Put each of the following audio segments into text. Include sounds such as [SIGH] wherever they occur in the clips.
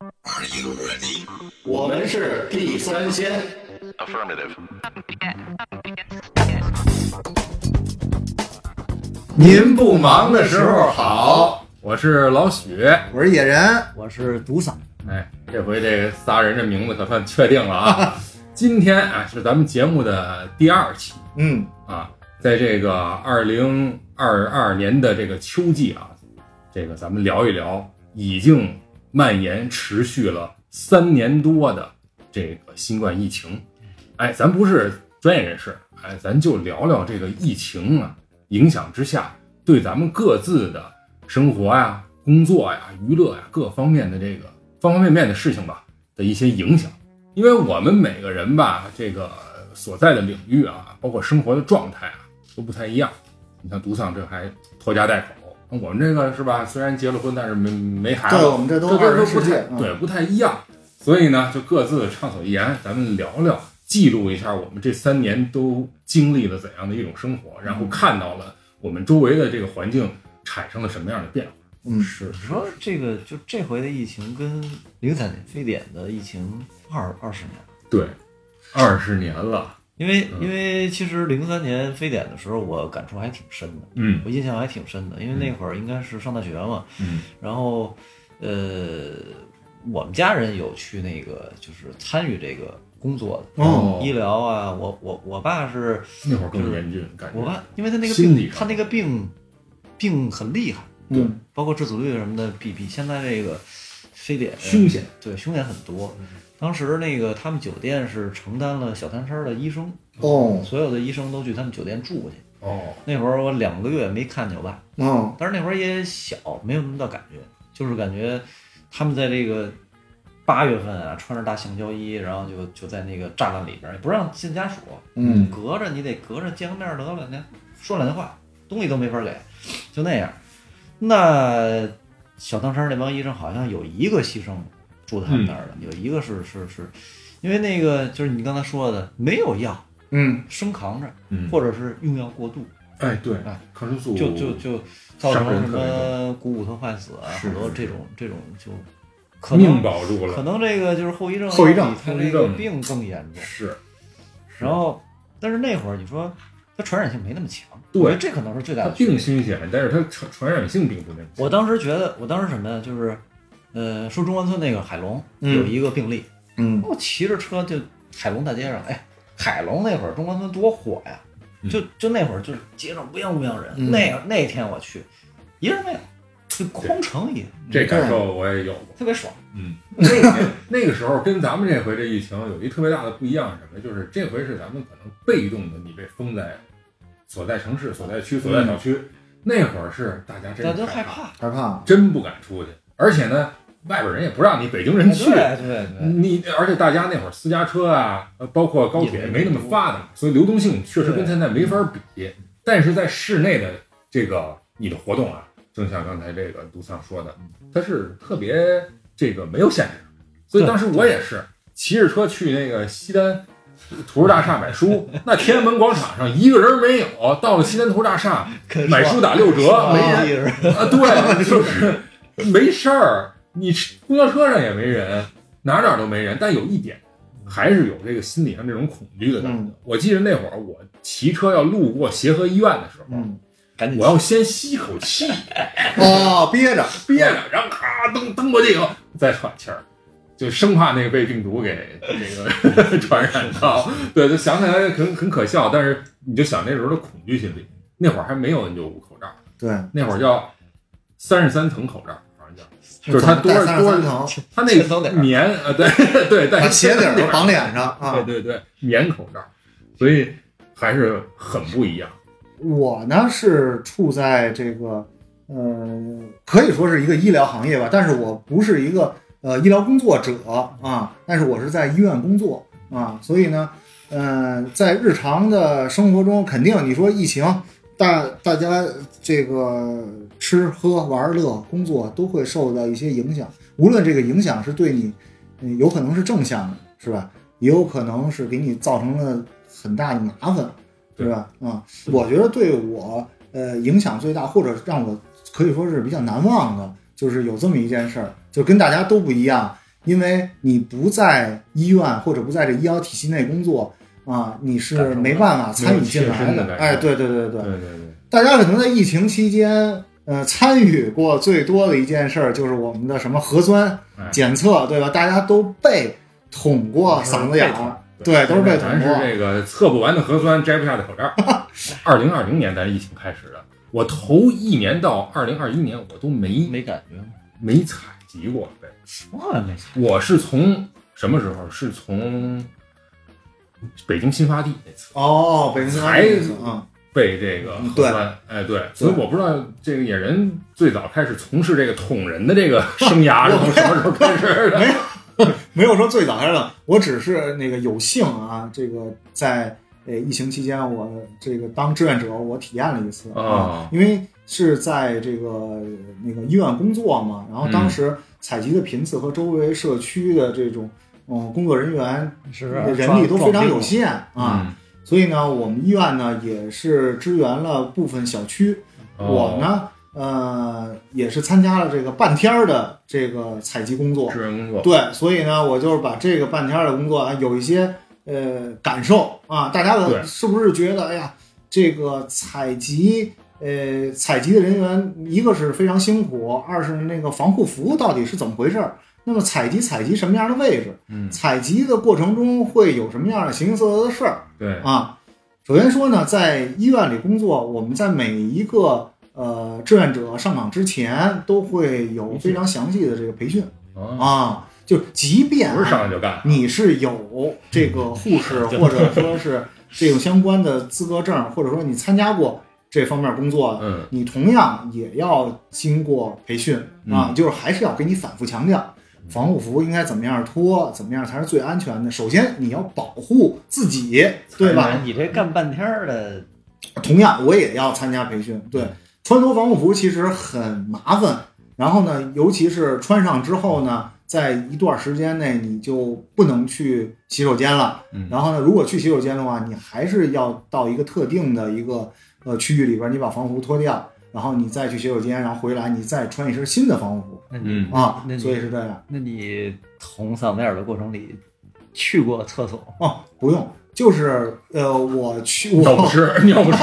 Are you ready? 我们是地三鲜。 Affirmative. 您不忙的时候好，我是老许。我是野人，我是独嗓，哎，这回这仨人的名字可算确定了 [LAUGHS] 啊！今天啊是咱们节目的第二期嗯，啊，在这个二零二二年的这个秋季啊，这个咱们聊一聊已经蔓延持续了三年多的这个新冠疫情。哎，咱不是专业人士，哎，咱就聊聊这个疫情啊影响之下对咱们各自的生活呀、工作呀、娱乐呀各方面的这个方方面面的事情吧的一些影响。因为我们每个人吧，这个所在的领域啊，包括生活的状态啊，都不太一样。你像独丧这还拖家带口，那我们这个是吧？虽然结了婚，但是没没孩子，对，我们这都这二都不人世太界，嗯对，不太一样。所以呢，就各自畅所欲言，咱们聊聊，记录一下我们这三年都经历了怎样的一种生活，然后看到了我们周围的这个环境产生了什么样的变化。嗯，是说这个就这回的疫情跟零三年非典的疫情二二十年，对，二十年了，因为因为其实零三年非典的时候我感触还挺深的，嗯我印象还挺深的，因为那会儿应该是上大学嘛，嗯，然后呃，我们家人有去那个就是参与这个工作的，哦医疗啊，我我我爸是那会儿更严峻，感觉我爸，因为他那个心理病，上嗯他那个病病很厉害，对包括致死率什么的，比比现在这个非典凶险，嗯对凶险很多。当时那个他们酒店是承担了小摊摊儿的医生，哦，所有的医生都去他们酒店住过去。哦，那会儿我两个月没看见我爸，嗯，但是那会儿也小，没有那么大感觉，就是感觉他们在这个八月份啊，穿着大橡胶衣，然后就就在那个栅栏里边儿，也不让进家属，嗯，隔着你得隔着见个面儿得了，那说两句话，东西都没法给，就那样。那小当山那帮医生好像有一个牺牲住他们那儿的，嗯有一个是是是，因为那个就是你刚才说的没有药，嗯，生扛着，嗯，或者是用药过度，哎，对哎，抗生素就就就造嗯伤成人什特别么股骨头坏死啊，是很多是这种这种就可命能保住可了，能这个就是后遗症，啊后遗症比他后遗这个症病更严重。是，是然后，但是那会儿你说它传染性没那么强，对我觉得这可能是最大它的区别病凶险，但是它传传染性并不那么我当时觉得，我当时什么呀，就是，呃，说中关村那个海龙嗯有一个病例，嗯，我骑着车就海龙大街上，哎，海龙那会儿中关村多火呀，嗯就就那会儿就是街上乌泱乌泱人，嗯那那天我去，一人没有，就空城一人，这感受我也有过。特别爽。嗯，那个那个时候跟咱们这回这疫情有一特别大的不一样是什么？就是这回是咱们可能被动的，你被封在所在城市、所在区、所在小区。那会儿是大家真大家都害害，怕，害怕，真不敢出去，而且呢，外边人也不让你北京哎人去。对对对，你而且大家那会儿私家车啊，呃包括高铁也没没那么发达，所以流动性确实跟对嗯现在没法比。但是在室内的这个你的活动啊，正像刚才这个独丧说的，嗯它是特别这个没有限制。所以当时我也是骑着车去那个西单图书大厦 [LAUGHS] 买书，那天安门广场上一个人没有，到了西单图书大 [LAUGHS] 厦跟买书打六折，说没人一人，啊，对，就是没事儿，你公交车上也没人，哪哪儿都没人，但有一点，还是有这个心理上这种恐惧的感觉。嗯我记得那会儿我骑车要路过协和医院的时候，嗯，赶紧我要先吸口气，哦，憋着，憋着，然后咔蹬蹬过去以后再喘气儿。就生怕那个被病毒给这 [LAUGHS] 个传染到，对，就想起来很很可笑，但是你就想那时候的恐惧心理，那会儿还没有 N95 口罩，对，那会儿叫三十三层口罩，好像叫，就是它多三少十多三少，层，它那前头哪儿棉啊，对对，带把鞋底儿都绑脸上对啊。对对，棉口罩，所以还是很不一样。我呢是处在这个，呃，可以说是一个医疗行业吧，但是我不是一个呃医疗工作者啊，但是我是在医院工作啊，所以呢，呃，在日常的生活中，肯定你说疫情，大大家这个吃喝玩乐、工作都会受到一些影响，无论这个影响是对你，嗯，有可能是正向的，是吧？也有可能是给你造成了很大的麻烦，对吧？啊、我觉得对我呃影响最大，或者让我可以说是比较难忘的，就是有这么一件事儿，就跟大家都不一样，因为你不在医院或者不在这医疗体系内工作啊，你感是受不没到办法参与进没有切来身的感受哎，对对对对，对对对，大家可能在疫情期间，呃，参与过最多的一件事儿就是我们的什么核酸哎检测，对吧？大家都被捅过嗓子眼儿，对，都是被捅咱是过。这个测不完的核酸，摘不下的口 [LAUGHS] 罩。二零二零年咱疫情开始的，我头一年到二零二一年我都没没感觉吗？没采集过呗。从来没想我是从什么时候？是从北京新发地那次哦，北京新华才医院啊，被这个核酸，哎对，所以我不知道这个野人最早开始从事这个捅人的这 [LAUGHS] 个生涯是从什么时候开始 [LAUGHS] 的？没有说最早开始的，我只是那个有幸啊，这个在呃疫情期间，我这个当志愿者，我体验了一次哦啊，因为是在这个呃那个医院工作嘛，然后当嗯时采集的频次和周围社区的这种嗯工作人员是人力都非常有限啊，嗯，所以呢，我们医院呢也是支援了部分小区，哦我呢呃也是参加了这个半天儿的这个采集工作，志愿工作，对，所以呢，我就是把这个半天儿的工作啊，有一些呃感受啊，大家对的是不是觉得，哎呀，这个采集呃采集的人员，一个是非常辛苦，二是那个防护服到底是怎么回事儿？那么采集采集什么样的位置？嗯采集的过程中会有什么样的形形色色的事儿？对，啊。首先说呢，在医院里工作，我们在每一个呃志愿者上岗之前，都会有非常详细的这个培训哦啊。就即便不是嗯上来就干，你是有这个护士 [LAUGHS] 或者说是这种相关的资格证，或者说你参加过这方面工作，嗯你同样也要经过培训啊嗯，就是还是要给你反复强调，防护服应该怎么样脱，怎么样才是最安全的。首先你要保护自己，对吧？你这干半天儿的，同样我也要参加培训。对，穿脱防护服其实很麻烦，然后呢，尤其是穿上之后呢，在一段时间内你就不能去洗手间了。嗯然后呢，如果去洗手间的话，你还是要到一个特定的一个呃区域里边，你把防护服脱掉，然后你再去洗手间，然后回来你再穿一身新的防护服那嗯你啊那，你所以是这样那你捅嗓子眼儿的过程里，去过厕所？哦，不用。就是呃，我去我尿不湿， [LAUGHS] 尿不湿，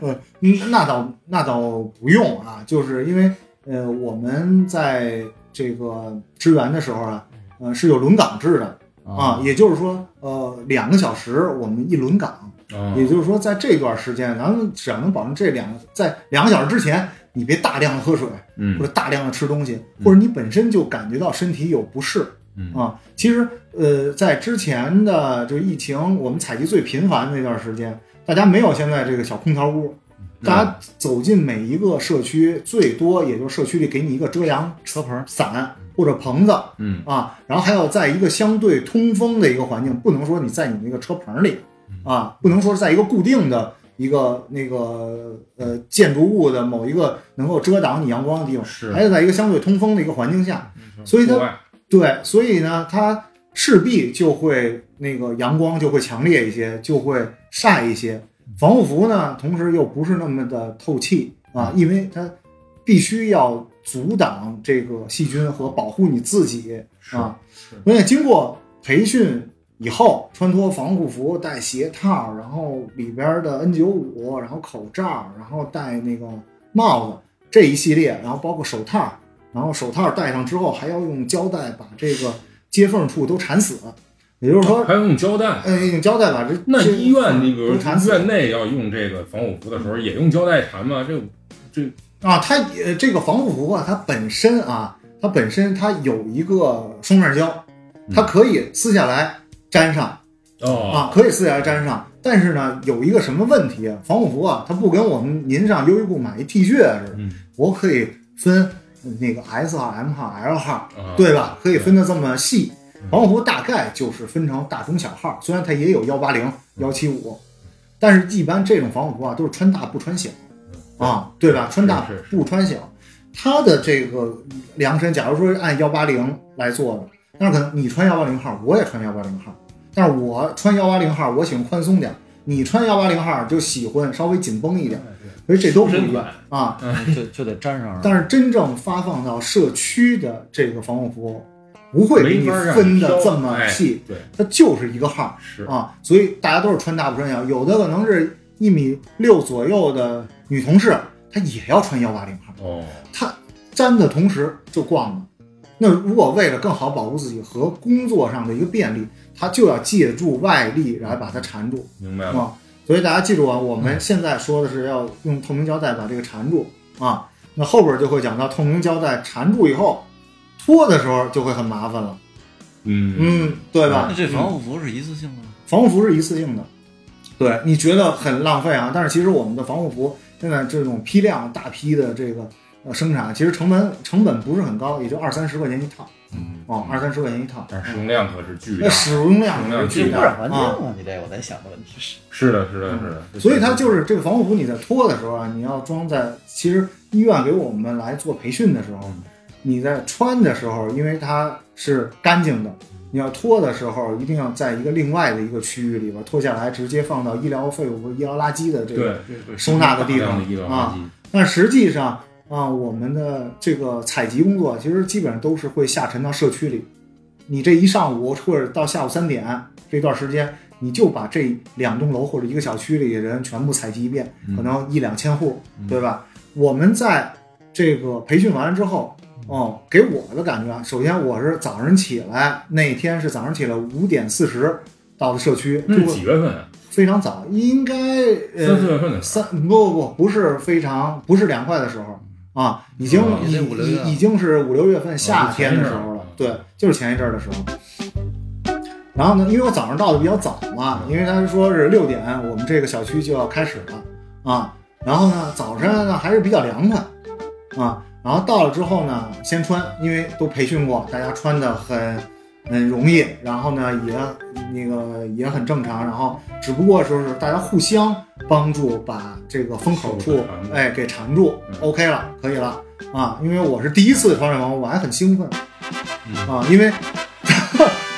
呃，嗯那倒那倒不用啊，就是因为呃，我们在这个支援的时候啊，呃，是有轮岗制的啊，也就是说，呃，两个小时我们一轮岗，也哦就是说，在这段时间，咱们只要能保证这两个在两个小时之前，你别大量的喝水嗯或者大量的吃东西，或者你本身就感觉到身体有不适，嗯啊，其实呃，在之前的就是疫情，我们采集最频繁的那段时间，大家没有现在这个小空调屋，大家走进每一个社区，最多也就是社区里给你一个遮阳车棚儿伞或者棚子嗯啊，然后还要在一个相对通风的一个环境，不能说你在你那个车棚里嗯啊，不能说是在一个固定的。一个那个呃建筑物的某一个能够遮挡你阳光的地方，是还要在一个相对通风的一个环境下，所以它户外对，所以呢，它势必就会那个阳光就会强烈一些，就会晒一些。防护服呢，同时又不是那么的透气啊，因为它必须要阻挡这个细菌和保护你自己啊。所以经过培训以后，穿脱防护服，戴鞋套，然后里边的 N95，然后口罩，然后戴那个帽子这一系列，然后包括手套，然后手套戴上之后还要用胶带把这个接缝处都缠死，也就是说，还要用胶带。嗯，用胶带把这哦那这医院，你比如都缠医死院内要用这个防护服的时候，也用胶带缠吗？这这啊，它也这个防护服啊，它本身啊，它本身它有一个双面胶，它可以撕下来粘上嗯哦，啊，可以撕下来粘上。但是呢，有一个什么问题啊？防护服啊，它不跟我们您上优衣库买一 T 恤似的，嗯我可以分那个 S 号、M 号、L 号，啊嗯对吧？可以分得这么细。防护服大概就是分成大中小号，虽然它也有幺八零、嗯幺七五，但是一般这种防护服啊都是穿大不穿小啊，对吧？穿大嗯是是不穿小，它的这个量身，假如说是按幺八零来做的，但是可能你穿幺八零号，我也穿幺八零号，但是我穿幺八零号，我喜欢宽松点儿，你穿幺八零号就喜欢稍微紧绷一点儿。而且这都不真一样管啊。就就得沾上了。但是真正发放到社区的这个防护服务，不会给没你法让你分的挑这么细，对，它就是一个号儿是啊，所以大家都是穿大不穿小，有的可能是一米六左右的女同事，她也要穿幺八零号，哦，她粘的同时就逛了。那如果为了更好保护自己和工作上的一个便利，她就要借助外力来把它缠住明白了。啊。所以大家记住啊，我们现在说的是要用透明胶带把这个缠住啊。那后边就会讲到透明胶带缠住以后，脱的时候就会很麻烦了。嗯，嗯，对吧？嗯那这防护服是一次性的吗？防护服是一次性的，对，你觉得很浪费啊？但是其实我们的防护服现在这种批量大批的这个呃生产，其实成本成本不是很高，也就二三十块钱一套，嗯哦，二三十块钱一套。但是使用量可是巨那大。使用量也这是巨污大染环境啊，啊！你这我在想的问题是，是的，是的，是的。嗯所以它就是这个防护服，你在脱的时候啊，你要装在其实医院给我们来做培训的时候，你在穿的时候，因为它是干净的，你要脱的时候一定要在一个另外的一个区域里边脱下来，直接放到医疗废物、医疗垃圾的这个对对对，收纳的地大量方的医疗垃啊。圾，但实际上啊，我们的这个采集工作其实基本上都是会下沉到社区里。你这一上午或者到下午三点这段时间，你就把这两栋楼或者一个小区里的人全部采集一遍，可能一两千户，对吧？我们在这个培训完了之后。哦，给我的感觉啊，首先我是早上起来那天是早上起来五点四十到的社区，那就是几月份啊？非常早，应该呃三四月份的时三不不不是非常不是凉快的时候啊，已经哦已也得五六月啊已已经是五六月份夏天的时哦候了，就前一阵儿对啊，就是前一阵儿的时候。然后呢，因为我早上到的比较早嘛，因为他说是六点，我们这个小区就要开始了啊。然后呢，早上呢还是比较凉快啊。然后到了之后呢，先穿，因为都培训过，大家穿的很很容易，然后呢也那个也很正常，然后只不过说是大家互相帮助把这个风口手给处缠住哎给缠住、嗯 o k 了，可以了啊，因为我是第一次穿这防护，我还很兴奋、啊，因为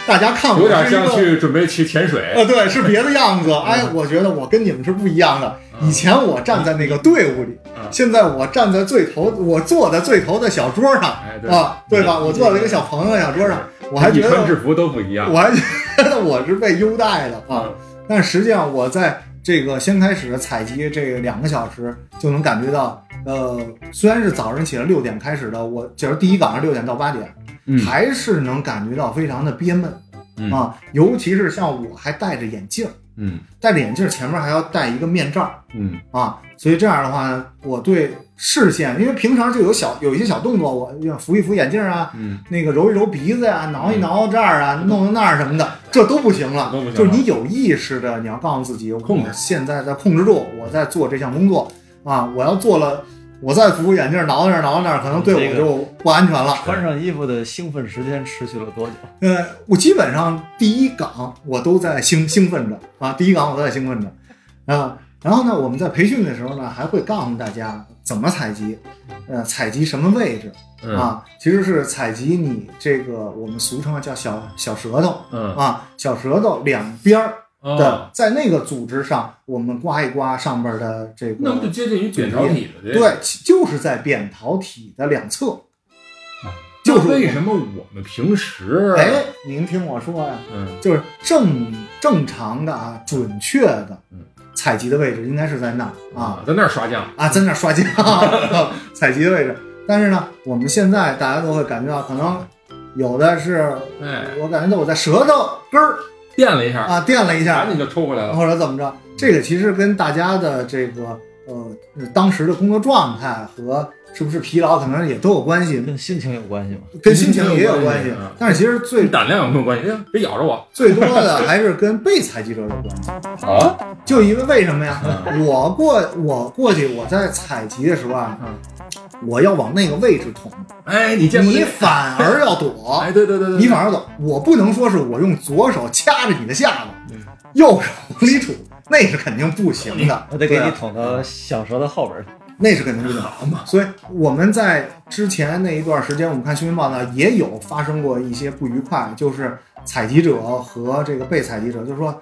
大家看候，嗯我有点是一像个去准备去潜水。呃，对，是别的样子。哎，我觉得我跟你们是不一样的。呃以前我站在那个队伍里嗯，现在我站在最头，我坐在最头的小桌上哎对啊，对吧？你我坐在一个小朋友的小桌上，我还你觉得穿制服都不一样嗯我。还觉得我是被优待的啊。但实际上，我在这个先开始采集这个两个小时，就能感觉到，呃，虽然是早上起来六点开始的，我就是第一岗是六点到八点，嗯还是能感觉到非常的憋闷、嗯啊。尤其是像我还戴着眼镜儿，嗯戴着眼镜儿前面还要戴一个面罩儿嗯啊，所以这样的话呢，我对视线，因为平常就有小有一些小动作，我要扶一扶眼镜儿啊，嗯，那个揉一揉鼻子呀、挠一挠这儿啊，弄弄那儿什么的，这都不行了。都不行了就是你有意识的，你要告诉自己，控制我现在在控制住，我在做这项工作啊，我要做了，我再扶眼镜挠那儿挠那儿，可能对这我个就不安全了。穿上衣服的兴奋时间持续了多久？呃，我基本上第一岗我都在兴兴奋着啊，第一岗我都在兴奋着啊。然后呢，我们在培训的时候呢，还会告诉大家怎么采集，呃，采集什么位置，嗯啊，其实是采集你这个我们俗称的叫小小舌头嗯啊，小舌头两边儿哦的，，在那个组织上，我们刮一刮上边儿的这那不就个，接近于扁桃体的这个？对，其就是在扁桃体的两侧啊，就是那我为什么我们平时哎，您听我说呀、嗯就是正正常的啊，准确的嗯采集的位置应该是在那儿啊，在那儿刷酱，啊，在那儿刷酱，采集的位置。但是呢，我们现在大家都会感觉到，可能有的是哎，我感觉到我在舌头根儿垫了一下，啊垫了一下赶，紧就抽回来了。或者怎么着，这个其实跟大家的这个呃当时的工作状态和是不是疲劳，可能也都有关系，跟心情有关系吗？跟心情也有关跟心情有系关系啊。但是其实跟最胆量有没有关系？哎呀别咬着我最多的还是跟被采集者有关系，啊！就因为为什么呀？我过我过去我在采集的时候啊，我要往那个位置捅，哎，你见过你那？反而要躲 [LAUGHS] 哎，。对对对对，你反而走，我不能说是我用左手掐着你的下巴，嗯右手往里杵，那是肯定不行的。嗯我得给对你啊捅到小舌头后边儿去。那是肯定不行。好嘛，所以我们在之前那一段时间，我们看新闻报道也有发生过一些不愉快，就是采集者和这个被采集者，就是说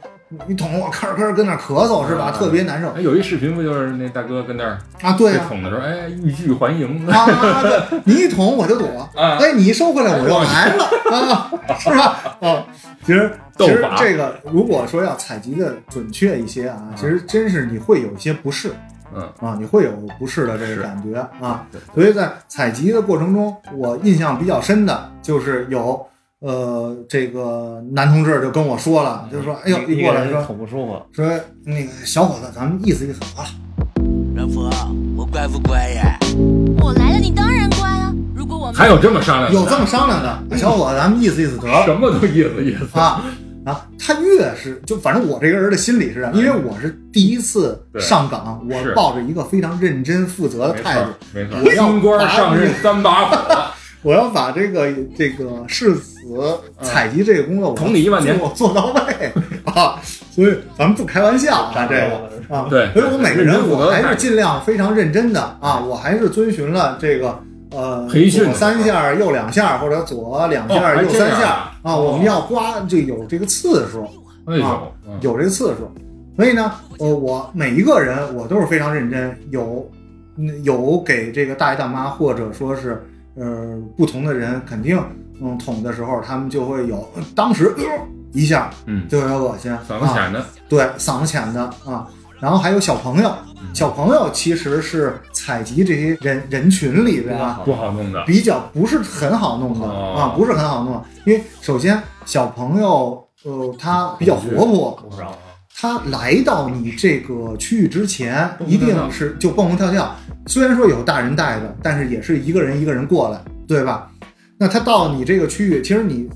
你捅我，吭吭跟那儿咳嗽是吧？啊特别难受哎，有一视频不就是那大哥跟那儿啊！对被呀、捅的时候，哎，欲拒还迎啊，对，你一捅我就躲，啊，哎，你一收回来我就来 [LAUGHS] 了哎啊，是吧？啊，其实斗其实法这个如果说要采集的准确一些啊，其实真是你会有一些不适嗯，啊，你会有不适的这是个感觉啊对。所以在采集的过程中，我印象比较深的就是有。呃，这个男同志就跟我说嗯了，就说：“哎呦，一过来说捅不舒服，说那个小伙子，咱们意思意思好了。老婆，我乖不乖呀？我来了，你当然乖啊。如果我没还有这么商量的，有这么商量的，小伙子，咱们意思意思得了什么都意思意思，啊啊！他越是就反正我这个人的心理是这样，因为我是第一次上岗，嗯对是我抱着一个非常认真负没责的错态儿度，没错儿，我要新官把上任三把 [LAUGHS] 火，我要把这个这个誓死采集这个工作，我捅嗯你一万年我做到 [LAUGHS] 位啊！所以咱们不开玩笑啊，这个。啊，对所以我每个人认真负责我的态还度嗯是尽量非常认真的啊，我还是遵循了这个呃培训的啊左三下右两下或者左两哦还下右这样三下啊啊，我们要刮就有这个次数，哎呦啊，嗯有这个次数，所以呢，呃，我每一个人我都是非常认真，有嗯有给这个大爷大妈或者说是呃不同的人肯定嗯捅的时候，他们就会有当时、呃一下嗯，就有点恶心，嗓子啊浅的，对，嗓子浅的啊。然后还有小朋友，嗯小朋友其实是采集这些人人群里边啊，不好弄的，比较不是很好弄的、哦啊，不是很好弄，因为首先小朋友呃他比较活泼，不让他来到你这个区域之前，蹦蹦一定跳跳是就蹦蹦跳跳。虽然说有大人带着，但是也是一个人一个人过来，对吧？那他到你这个区域，其实你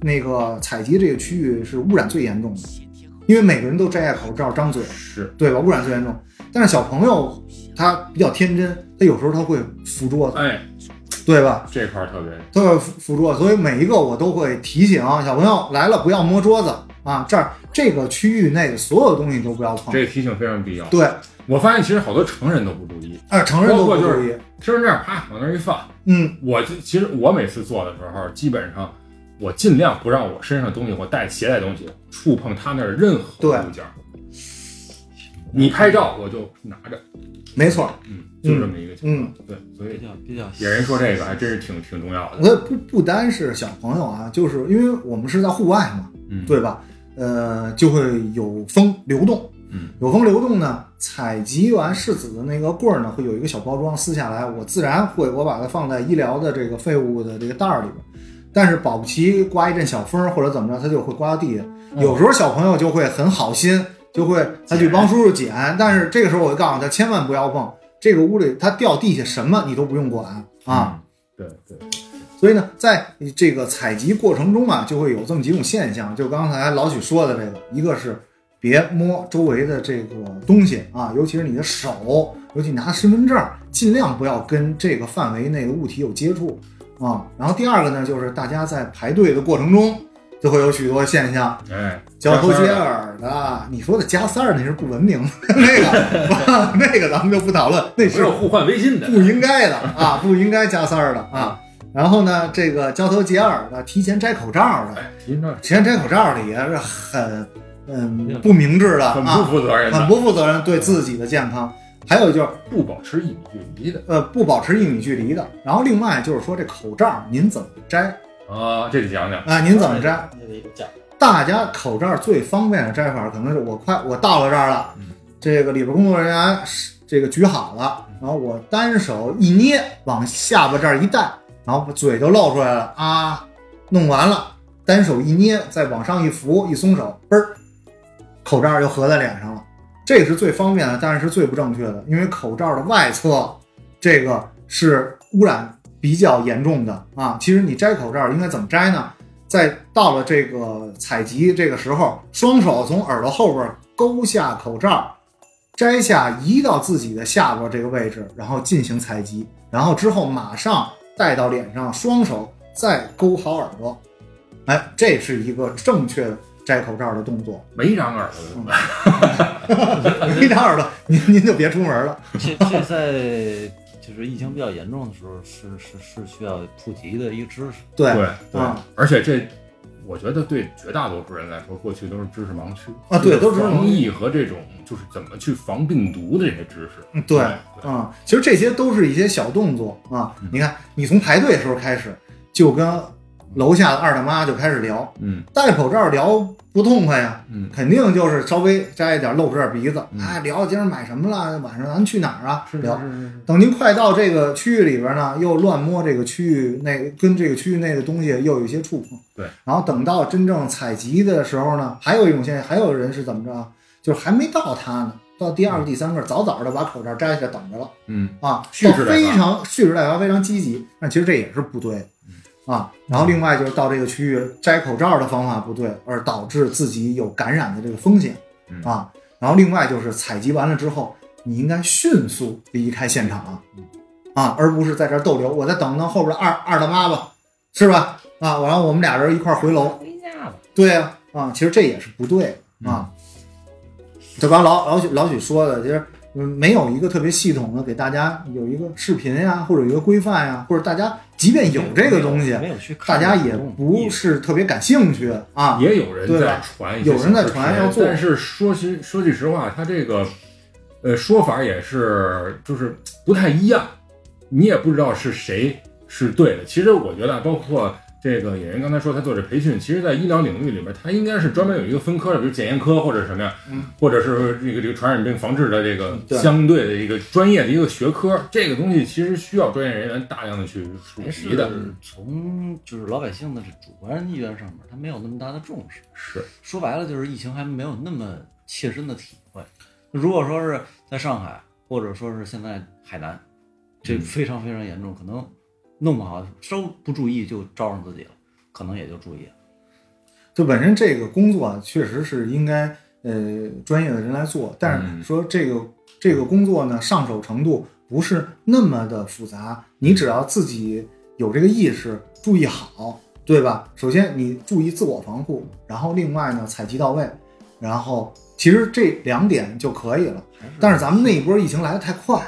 那个采集这个区域是污染最严重的，因为每个人都摘下口罩张嘴，是，对吧？污染最严重。但是小朋友他比较天真，他有时候他会扶桌子，哎，对吧？这块儿特别他会扶扶桌子，所以每一个我都会提醒小朋友来了不要摸桌子啊，这儿这个区域内的所有东西都不要碰。这个提醒非常必要。对，我发现其实好多成人都不注意，啊，成人都不包括就注是意。听这样啪往那儿一放，嗯，我就其实我每次做的时候，基本上我尽量不让我身上的东西，我带携带东西触碰他那儿任何对物件儿。你拍照我就拿着，没错儿，嗯，就这么一个情况。对，所比以较比较野人说这个还真是挺挺重要的。我不不单是小朋友啊，就是因为我们是在户外嘛，嗯，对吧？呃，就会有风流动，嗯，有风流动呢，采集完柿子的那个棍儿呢，会有一个小包装撕下来，我自然会我把它放在医疗的这个废物的这个袋儿里边。但是保不齐刮一阵小风或者怎么着，它就会刮到地下。嗯有时候小朋友就会很好心，就会他去帮叔叔捡，但是这个时候我就告诉他，千万不要碰这个屋里，它掉地下什么你都不用管嗯啊。对对，所以呢，在这个采集过程中啊，就会有这么几种现象，就刚才老许说的这个，一个是别摸周围的这个东西啊，尤其是你的手，尤其拿身份证，尽量不要跟这个范围内的物体有接触啊。然后第二个呢，就是大家在排队的过程中，就会有许多现象，哎，交头加接塞儿耳的。你说的加塞儿那是不文明，那个 [LAUGHS] 那个咱们就不讨论，那没是有互换微信的，不应该的啊，不应该加塞儿的啊。然后呢，这个交头接耳的，提前摘口罩的，哎，您这提前摘口罩的也是很嗯不明智的很不啊，负责任的，很不负责任，对自己的健康。还有就是不保持一米距离的呃不保持一米距离的。然后另外就是说这口罩您怎么摘啊，这得讲讲。啊？您怎么摘？？那得讲大家口罩最方便的摘法，可能是我快我到了这儿了嗯，这个里边工作人员是这个举好了，然后我单手一捏，往下巴这儿一带，然后嘴就露出来了啊，弄完了，单手一捏，再往上一扶，一松手，嘣儿，口罩就合在脸上了。这个是最方便的，但是是最不正确的，因为口罩的外侧这个是污染比较严重的啊。其实你摘口罩应该怎么摘呢？在到了这个采集这个时候，双手从耳朵后边勾下口罩，摘下移到自己的下巴这个位置，然后进行采集，然后之后马上戴到脸上，双手再勾好耳朵。哎，这是一个正确的摘口罩的动作。没长耳朵的怎么办？一张耳朵，您您就别出门了。 [LAUGHS] 这这在就是疫情比较严重的时候，是是是需要普及的一个知识。对对啊，而且这我觉得对绝大多数人来说，过去都是知识盲区啊对都是知识盲区防疫和这种就是怎么去防病毒的这些知识。嗯对对嗯啊，其实这些都是一些小动作啊。你看，你从排队的时候开始，就跟楼下的二大妈就开始聊，嗯戴口罩聊不痛快呀，嗯，肯定就是稍微摘一点，露出点鼻子，嗯哎，聊今儿买什么了，晚上咱去哪儿啊？是聊。是是是，等您快到这个区域里边呢，又乱摸这个区域内跟这个区域内的东西又有一些触碰。对，然后等到真正采集的时候呢，还有一种现象，还有人是怎么着啊？就是还没到他呢，到第二个、第三个，早早的把口罩摘下来等着了嗯啊，蓄势待发到非常蓄势待发，非常积极。但其实这也是不对的嗯啊。然后另外就是到这个区域摘口罩的方法不对，而导致自己有感染的这个风险嗯啊。然后另外就是采集完了之后，你应该迅速离开现场啊啊，而不是在这儿逗留。我再等等后边的二二大妈吧，是吧？啊，我让我们俩人一块儿回楼。回家吧。对呀、啊，其实这也是不对嗯的啊。就刚老老许老许说的，其实嗯没有一个特别系统的给大家有一个视频呀、或者有一个规范呀、或者大家即便有这个东西，没有去看大这家个东西，也不是特别感兴趣啊。也有人对在吧传一些有人在小视频传要做但是说实说句实话，他这个呃说法也是就是不太一样，你也不知道是谁是对的。其实我觉得啊，包括这个演员刚才说他做这培训，其实，在医疗领域里面，他应该是专门有一个分科的，比如检验科或者什么呀，嗯或者是这个这个传染病防治的这个对相对的一个专业的一个学科。这个东西其实需要专业人员大量的去熟还悉的，嗯是从就是老百姓的这主观意愿上面，他没有那么大的重视。是说白了，就是疫情还没有那么切身的体会。如果说是在上海，或者说是现在海南，嗯这非常非常严重，可能弄不好稍不注意就招上自己了，可能也就注意了。就本身这个工作啊，确实是应该呃专业的人来做，但嗯是说这个、这个工作呢，上手程度不是那么的复杂，你只要自己有这个意识，注意好，对吧？首先你注意自我防护，然后另外呢采集到位，然后其实这两点就可以了。还但是咱们那一波疫情来得太快，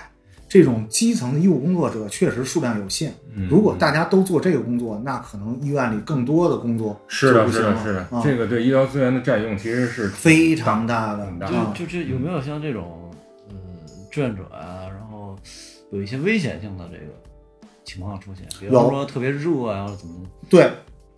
这种基层的医务工作者确实数量有限。嗯如果大家都做这个工作，那可能医院里更多的工作是就的，不是行的，了是的啊，这个对医疗资源的占用其实是非常大的很大啊就就这有没有像这种呃志愿者啊，然后有一些危险性的这个情况出现，比有如说特别热啊，或者怎么对，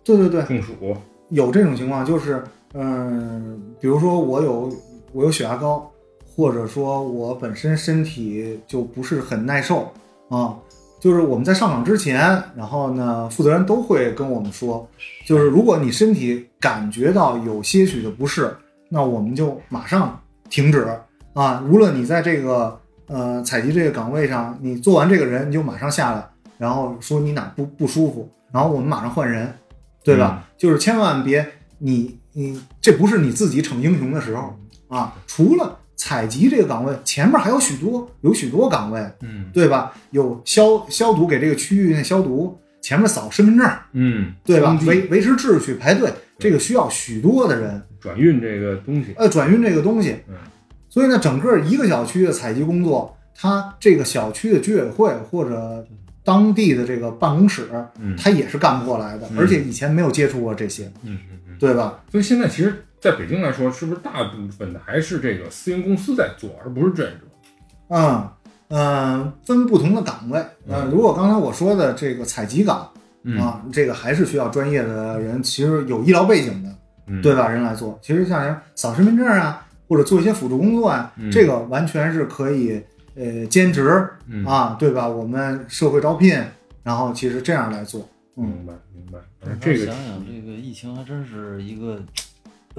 对对对，中暑，有这种情况，就是嗯、比如说我有我有血压高，或者说我本身身体就不是很耐受啊。就是我们在上场之前，然后呢，负责人都会跟我们说，就是如果你身体感觉到有些许的不适，那我们就马上停止啊。无论你在这个呃采集这个岗位上，你做完这个人，你就马上下来，然后说你哪不不舒服，然后我们马上换人，对吧？嗯就是千万别你你这不是你自己逞英雄的时候啊！除了采集这个岗位，前面还有许多有许多岗位，嗯对吧？有消消毒给这个区域内消毒，前面扫身份证，嗯，对吧登？记维维持秩序排队，这个需要许多的人，转运这个东西，呃，转运这个东西嗯。所以呢，整个一个小区的采集工作，它这个小区的居委会或者当地的这个办公室，嗯它也是干不过来的，嗯而且以前没有接触过这些，嗯嗯嗯。对吧？所以现在其实，在北京来说，是不是大部分的还是这个私营公司在做，而不是志愿者？嗯嗯，分不同的岗位。呃，嗯如果刚才我说的这个采集岗嗯，啊，这个还是需要专业的人，其实有医疗背景的，嗯对吧？人来做，其实像人扫身份证啊，或者做一些辅助工作啊，嗯这个完全是可以呃兼职嗯啊，对吧？我们社会招聘，然后其实这样来做，嗯，明白明白。哎着。这个想想这个疫情还真是一个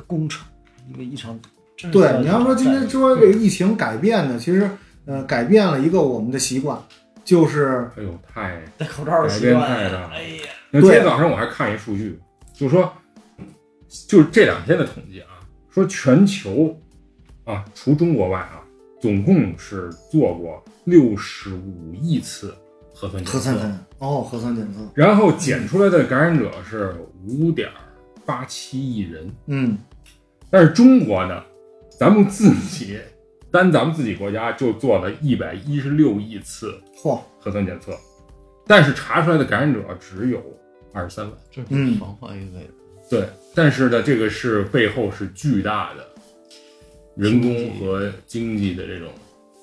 工程，一个一场。嗯真是对要，你要说今战天役说这个疫情改变的，其实呃改变了一个我们的习惯，就是哎呦，太戴口罩的改习变惯太大了，哎呀，那今天早上我还看一数据，就是说，就是这两天的统计啊，说全球啊，除中国外啊，总共是做过六十五亿次核酸检核测，酸检哦，核酸检测，然后检出来的感染者是五点八七亿人，嗯。但是中国呢，咱们自己单咱们自己国家就做了一百一十六亿次嚯，核酸检测，但是查出来的感染者只有二十三万。这是嗯防患于未然。对，但是呢，这个是背后是巨大的人工和经济的这种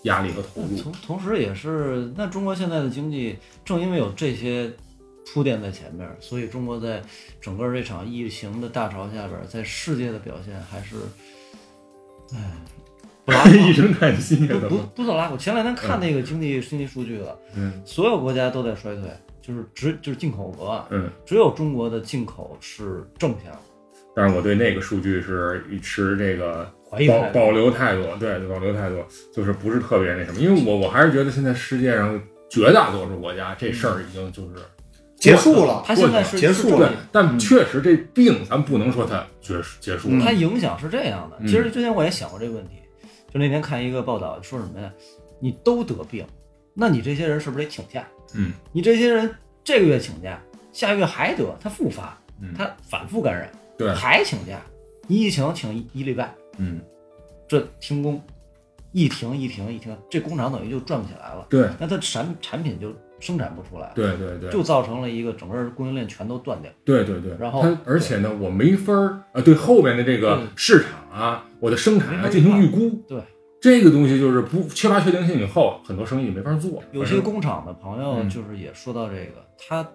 压力和投嗯入。同同时也是，那中国现在的经济正因为有这些铺垫在前面，所以中国在整个这场疫情的大潮下边，在世界的表现还是，哎，不拉 [LAUGHS] 一声叹息，不怎不么不走拉我前两天嗯看那个经济经济数据了，嗯所有国家都在衰退，就是只就是进口额啊，嗯，只有中国的进口是正向，但是我对那个数据是持这个怀疑保态度保留态度，对，保留态度，就是不是特别那什么，因为我我还是觉得现在世界上绝大多数国家这事嗯儿已经就是结束了，它现在是结是束对正对面，但确实这病咱不能说它结束结束了，嗯它影响是这样的。嗯其实之前我也想过这个问题，就那天看一个报道说什么呀？你都得病，那你这些人是不是得请假？嗯，你这些人这个月请假，下个月还得，他复发，嗯他反复感染，对还请假，你疫情请一一礼拜，嗯，这停工，一停一停一停，这工厂等于就转不起来了，对那它产产品就生产不出来，，对对对，就造成了一个整个供应链全都断掉。对对对，然后它而且呢，我没法儿啊，对后边的这个嗯市场啊，我的生产没啊法进行预估，对这个东西就是不缺乏确定性以后，很多生意就没法做。有反些正工厂的朋友嗯就是也说到这个，他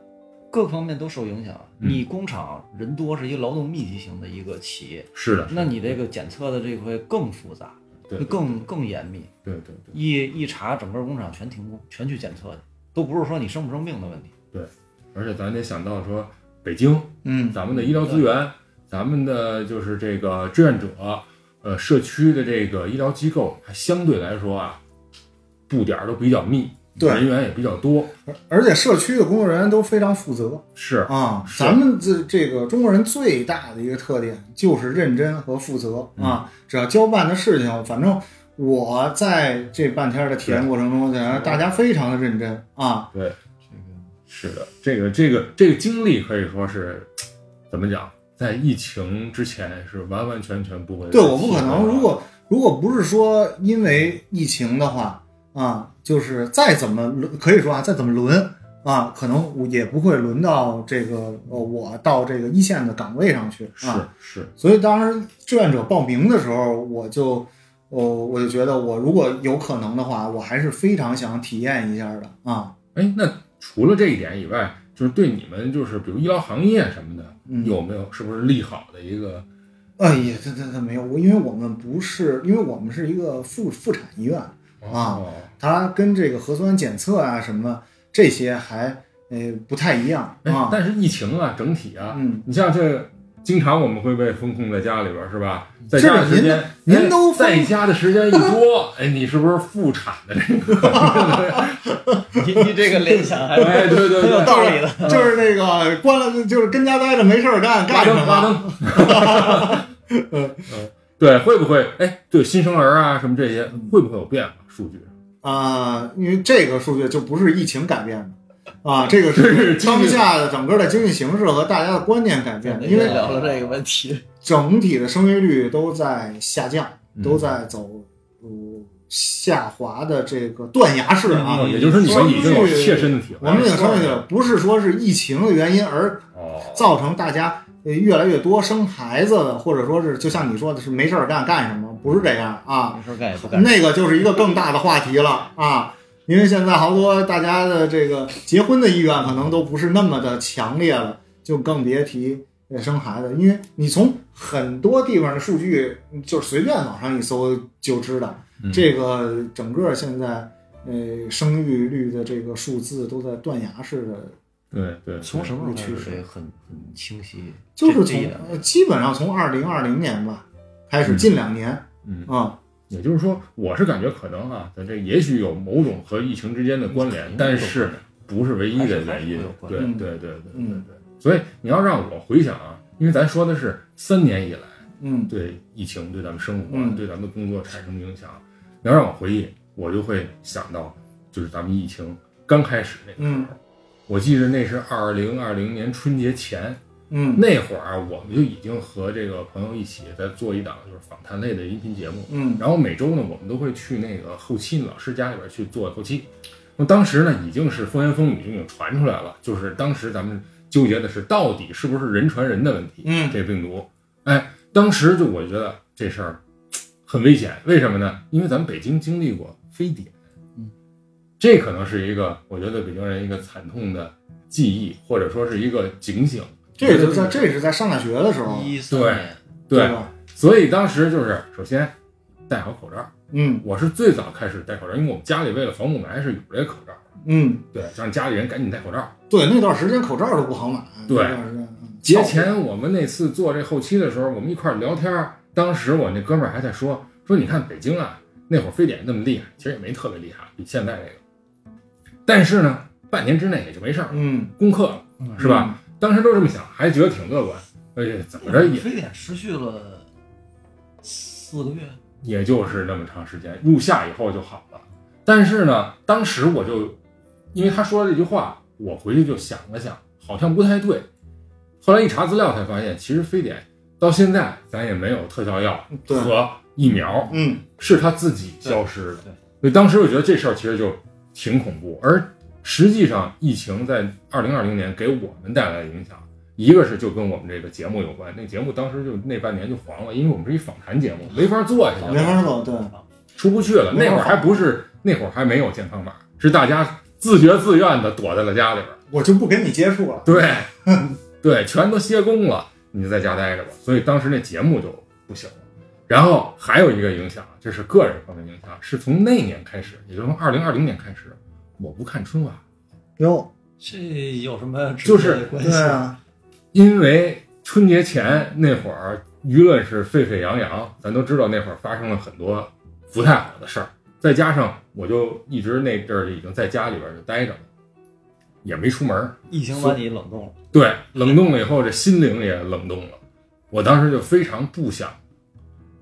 各方面都受影响。嗯你工厂人多是一个劳动密集型的一个企业，是的，那你这个检测的这个会更复杂，对会更更严密。对对对一一查，整个工厂全停工，全去检测去，都不是说你生不生病的问题。对，而且咱得想到说，北京嗯，咱们的医疗资源，咱们的就是这个志愿者，呃，社区的这个医疗机构，还相对来说啊，布点儿都比较密，对人员也比较多，而且社区的工作人员都非常负责是啊。是咱们这这个中国人最大的一个特点就是认真和负责啊，只要交办的事情，反正我在这半天的体验过程中，感觉大家非常的认真啊。对。这个是的，这个这个这个经历可以说是怎么讲，在疫情之前是完完全全不会。对，我不可能。如果如果不是说因为疫情的话啊，就是再怎么轮，可以说啊，再怎么轮啊，可能我也不会轮到这个呃，我到这个一线的岗位上去是啊。是，所以当时志愿者报名的时候，我就。我我就觉得，我如果有可能的话，我还是非常想体验一下的啊。哎，那除了这一点以外，就是对你们就是比如医疗行业什么的，嗯有没有是不是利好的一个？哎呀，这这这没有，我因为我们不是，因为我们是一个妇妇产医院，啊哦，它跟这个核酸检测啊什么这些还呃不太一样哎啊。但是疫情啊，整体啊，嗯，你像这。经常我们会被封控在家里边儿，是吧？在家的是时间，您哎您都封在家的时间一多，哎，你是不是复产的这个？ [LAUGHS] 你你这个联想还哎，对对很有对，道理的。 [LAUGHS] 就是那个关了，就是跟家待着没事儿干，嘎干什噔嘎么？噔。 [LAUGHS] 嗯，对，会不会？哎，对，新生儿啊什么这些，会不会有变化？数据啊、因为这个数据就不是疫情改变的啊，这个这是是经济当下的整个的经济形势和大家的观念改变，因为聊了这个问题，整体的生育率都在下降，嗯都在走呃下滑的这个断崖式啊。哦也就是你们已经有切身的体会我了。们已经说去了，不是说是疫情的原因而哦，造成大家呃越来越多生孩子的，或者说是就像你说的是没事儿干干什么，不是这样啊。没事干也不干。那个就是一个更大的话题了啊，因为现在好多大家的这个结婚的意愿可能都不是那么的强烈了，就更别提呃生孩子，因为你从很多地方的数据就是随便网上一搜就知道，嗯这个整个现在呃生育率的这个数字都在断崖式的对对，从什么时候开始趋势这个很很清晰？就是这这一从两呃基本上从二零二零年吧开始，嗯近两年嗯，啊，也就是说，我是感觉可能啊，咱这也许有某种和疫情之间的关联，但是不是唯一的原因。对对对对对对嗯。所以你要让我回想啊，因为咱说的是三年以来嗯对疫情、对咱们生活、嗯对咱们的工作产生影响，你要让我回忆，我就会想到就是咱们疫情刚开始那个时候，嗯我记着那是二零二零年春节前嗯那会儿，啊我们就已经和这个朋友一起在做一档就是访谈类的音频节目，嗯然后每周呢，我们都会去那个后期老师家里边去做后期。那么当时呢，已经是风言风语就已经传出来了，就是当时咱们纠结的是到底是不是人传人的问题。嗯这个病毒，哎，当时就我觉得这事儿很危险，为什么呢？因为咱们北京经历过非典，嗯，这可能是一个我觉得北京人一个惨痛的记忆，或者说是一个警醒。这也就是在这也是在上大学的时候，一三对年，对，吧？所以当时就是首先戴好口罩，嗯我是最早开始戴口罩，因为我们家里为了防雾霾是有这个口罩的，嗯，对，让家里人赶紧戴口罩。对，那段时间口罩都不好买，对那段时间嗯节前我们那次做这后期的时候，我们一块儿聊天儿，当时我那哥们儿还在说说，你看北京啊，那会儿非典那么厉害，其实也没特别厉害，比现在这个，但是呢，半年之内也就没事儿，嗯，攻克了嗯是吧？当时都这么想，还觉得挺乐观，而且怎么着也非典持续了四个月，也就是那么长时间，入夏以后就好了。但是呢，当时我就因为他说了这句话，我回去就想了想，好像不太对。后来一查资料才发现，其实非典到现在咱也没有特效药嗯对，和疫苗，嗯是它自己消失的对对。所以当时我觉得这事儿其实就挺恐怖。而实际上，疫情在二零二零年给我们带来的影响，一个是就跟我们这个节目有关，那个节目当时就那半年就黄了，因为我们是一访谈节目，没法做下去了。嗯没法做，对，出不去了。没那法会儿还不是，那会儿还没有健康码，是大家自觉自愿的躲在了家里边儿。我就不跟你接触了，对， [LAUGHS] 对，全都歇工了，你就在家待着吧。所以当时那节目就不行了。然后还有一个影响，这是个人方面影响，是从那年开始，也就是从二零二零年开始，我不看春晚，哟，这有什么直就是接的关系？对啊，因为春节前那会儿舆论是沸沸扬扬，咱都知道那会儿发生了很多不太好的事儿，再加上我就一直那阵儿已经在家里边儿就待着了，也没出门儿，疫情把你冷冻了，对，冷冻了以后，这心灵也冷冻了。我当时就非常不想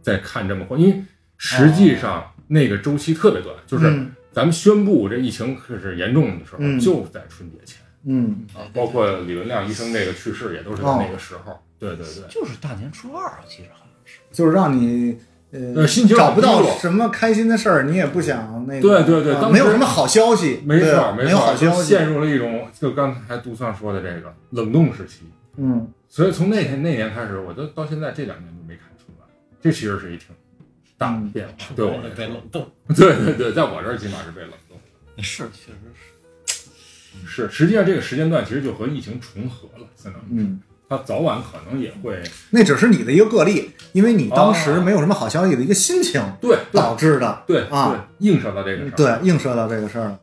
再看这么快，因为实际上那个周期特别短，就是嗯咱们宣布这疫情开始严重的时候，嗯就在春节前嗯，啊，包括李文亮医生这个去世也都是在那个时候。哦对对对，就是大年初二，我记着好像是。就是让你呃呃心情找不到很低落什么开心的事儿，你也不想那个，对对对啊当时没有什么好消息，没对错儿吧没有错好儿，消就息，陷入了一种就刚才杜尚说的这个冷冻时期。嗯，所以从那天那年开始，我就到现在这两年都没看春晚，这其实是一挺大的嗯变化，对我来被说。冷冻，对对对，在我这儿起码是被冷冻的。是确实是。是，实际上这个时间段其实就和疫情重合了，相当于嗯，它早晚可能也会那只是你的一个个例，因为你当时哦没有什么好消息的一个心情对对导致的，对啊对映射到这个上。对，映射到这个事儿了。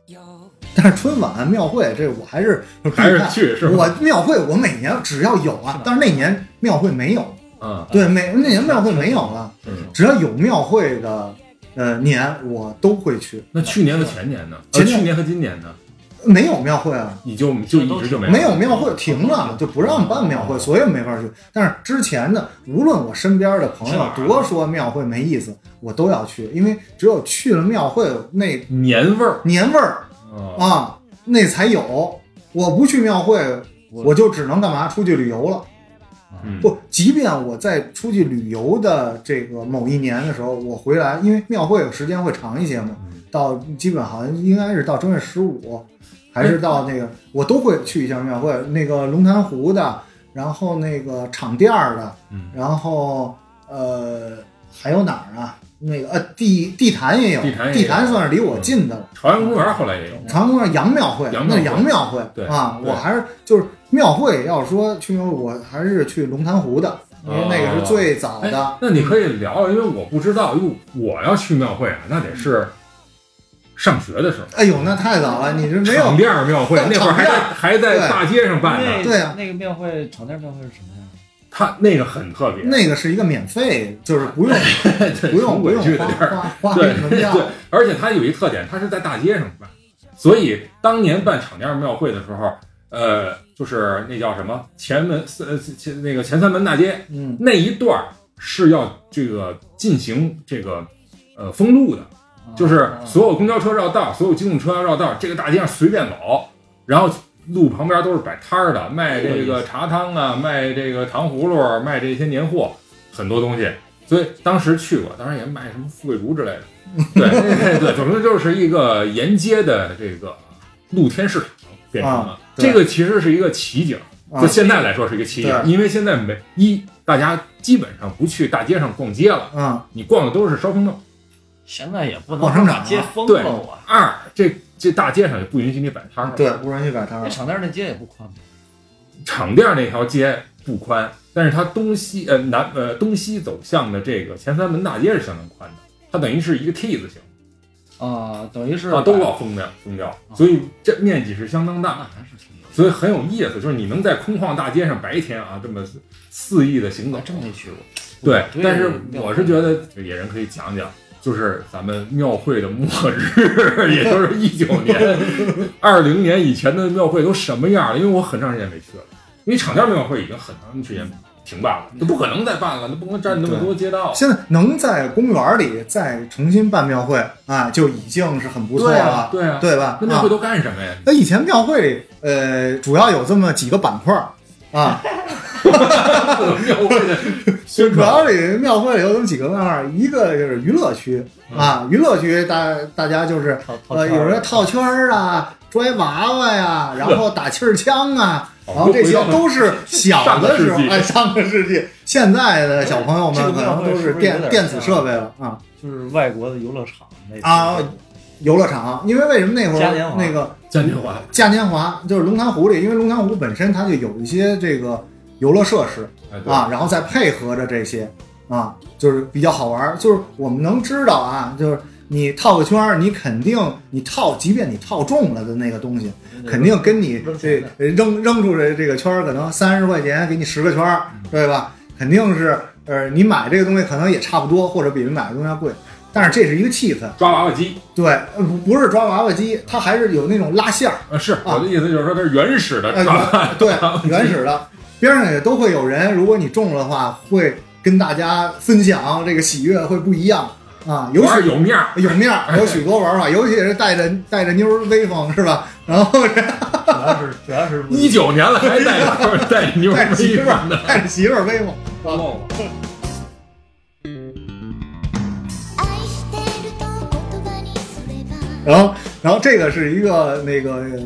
但是春晚庙会这我还是还是去是吧我庙会我每年只要有是啊吧，但是那年庙会没有，嗯，对，每那年庙会没有了，嗯。只要有庙会的呃年我都会去，那去年和前年呢？前年呃去年和今年呢？没有庙会啊，你就就一直就没有有庙会停了，就不让办庙会，所以没法去。但是之前的，无论我身边的朋去哪友儿啊多说庙会没意思，我都要去，因为只有去了庙会那年味儿年味儿啊，啊，那才有。我不去庙会，我就只能干嘛出去旅游了。啊嗯，不，即便我在出去旅游的这个某一年的时候，我回来，因为庙会时间会长一些嘛嗯，到基本好像应该是到正月十五，还是到那个，我都会去一下庙会，那个龙潭湖的，然后那个场店儿的，嗯然后呃还有哪儿啊？那个呃地地坛也有，地坛也有地坛算是离我近的了。朝阳公园后来也有，朝阳公园杨庙会，杨庙那会是杨庙会对啊，对我还是就是庙会，要说去庙会，我还是去龙潭湖的，嗯因为那个是最早哎的。，那你可以聊聊，因为我不知道，因为我要去庙会啊，那得是上学的时候，哎呦，那太早了，你这没场有店儿庙会对那会儿还在场还在对大街上办呢那，对啊那个庙会场店庙会是什么样？他那个很特别，那个是一个免费，就是不用不 [LAUGHS] 用不委用屈的地哎儿。花花花对门票对，而且它有一特点，它是在大街上办，所以当年办场店庙会的时候，呃，就是那叫什么前门呃前那个前三门大街嗯那一段儿是要这个进行这个呃封路的，啊就是所有公交车绕道，所有机动车绕道，这个大街上随便走，然后路旁边都是摆摊儿的，卖这个茶汤啊，卖这个糖葫芦，卖这些年货，很多东西。所以当时去过，当然也卖什么富贵竹之类的。对对对，总之就是一个沿街的这个露天市场变成了。对这个其实是一个奇景，啊就现在来说是一个奇迹，对因为现在没一大家基本上不去大街上逛街了，啊，你逛的都是烧瓶洞。现在也不能逛商场啊把街封对了我，二这这大街上也不允许你摆摊儿，对，不允许摆摊那儿，厂甸那街也不宽厂甸儿那条街不宽，但是它东西呃南呃东西走向的这个前三门大街是相当宽的，它等于是一个 T 字形啊，等于是啊，都要封掉封掉，啊所以这面积是相当大那。还是挺有。所以很有意思，就是你能在空旷大街上白天啊这么肆意的行我走还，真没啊去过。对对，但是庙我是觉得野人可以讲讲，就是咱们庙会的末日，也就是一九 [LAUGHS] 年、二零年以前的庙会都什么样了？因为我很长时间没去了，因为厂甸庙会已经很长时间停办了，就不可能再办了，那不能占那么多街道。现在能在公园里再重新办庙会啊，就已经是很不错对啊了，，对啊，对吧？那庙会啊都干什么 [LAUGHS] 呀？那以前庙会里，呃，主要有这么几个板块儿啊，庙会的宣主传要里庙会里有这么几个板块儿，一个就是娱乐区啊，娱乐区大大家就是套嗯套呃，圈儿有人套圈儿啊，拽娃娃呀、然后打气儿枪啊，哦然后这些都是小的上个时世纪候，哎，上个世纪，现在的小朋友这个们可庙能会都是不是有电点电子像设备了啊，就是外国的游乐场那啊游乐场，因为为什么那会嘉年儿华那个嘉年华，嘉年华就是龙潭湖里，因为龙潭湖本身它就有一些这个游乐设施哎对，啊，然后再配合着这些啊，就是比较好玩儿。就是我们能知道啊，就是你套个圈儿，你肯定你套，即便你套中了的那个东西，肯定跟你扔这钱的扔扔出来这个圈儿，可能三十块钱给你十个圈儿，嗯对吧？肯定是呃，你买这个东西可能也差不多，或者比买的东西要贵。但是这是一个气氛，抓娃娃机，对，呃不不是抓娃娃机，它还是有那种拉线儿，呃，是我的意思就是说它 [LAUGHS] 是原始的抓娃娃呃，对， [LAUGHS] 原始的，边上也都会有人。如果你中了的话，会跟大家分享这个喜悦，会不一样啊。有玩儿许有哎面儿，有面儿，有许多玩法，尤其是带着带着妞儿威风是吧？然后主要是主要是一九年了还带 [LAUGHS] 妞带妞带着媳没妇呢。儿，哦带着媳妇儿威风。愛してると言葉にすれば然后，然后这个是一个那个呃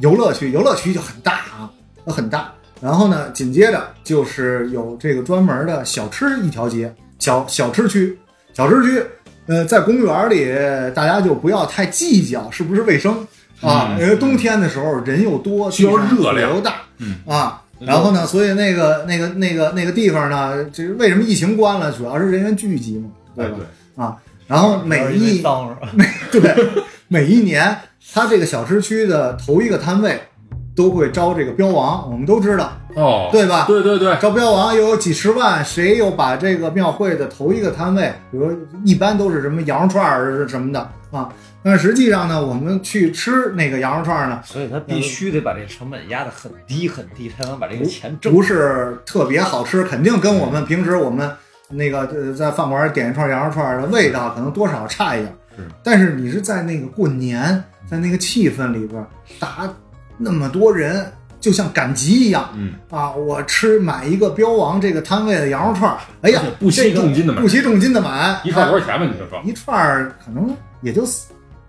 游乐区，游乐区就很大啊，很大。然后呢，紧接着就是有这个专门的小吃一条街，小小吃区，小吃区。呃，在公园里，大家就不要太计较是不是卫生啊，嗯因为冬天的时候人又多，需要热量地上又大，嗯啊。然后呢，所以那个那个那个那个地方呢，这是为什么疫情关了，主要是人员聚集嘛，哦对哎吧？然后每一当对，每一年它这个小吃区的头一个摊位都会招这个标王，我们都知道，哦，对吧？对对对，招标王又有几十万，谁又把这个庙会的头一个摊位，比如一般都是什么羊肉串儿什么的啊，但实际上呢，我们去吃那个羊肉串儿呢，所以他必须得把这成本压得很低很低，才能把这个钱挣。不是特别好吃，肯定跟我们平时我们那个呃在饭馆点一串羊肉串儿的味道可能多少差一点。是，嗯但是你是在那个过年，在那个气氛里边儿，大家那么多人，就像赶集一样嗯，啊！我吃买一个标王这个摊位的羊肉串儿，哎呀而且，不惜这个重金的买不惜重金的买，一串啊多少钱吧？你就说，一串儿可能也就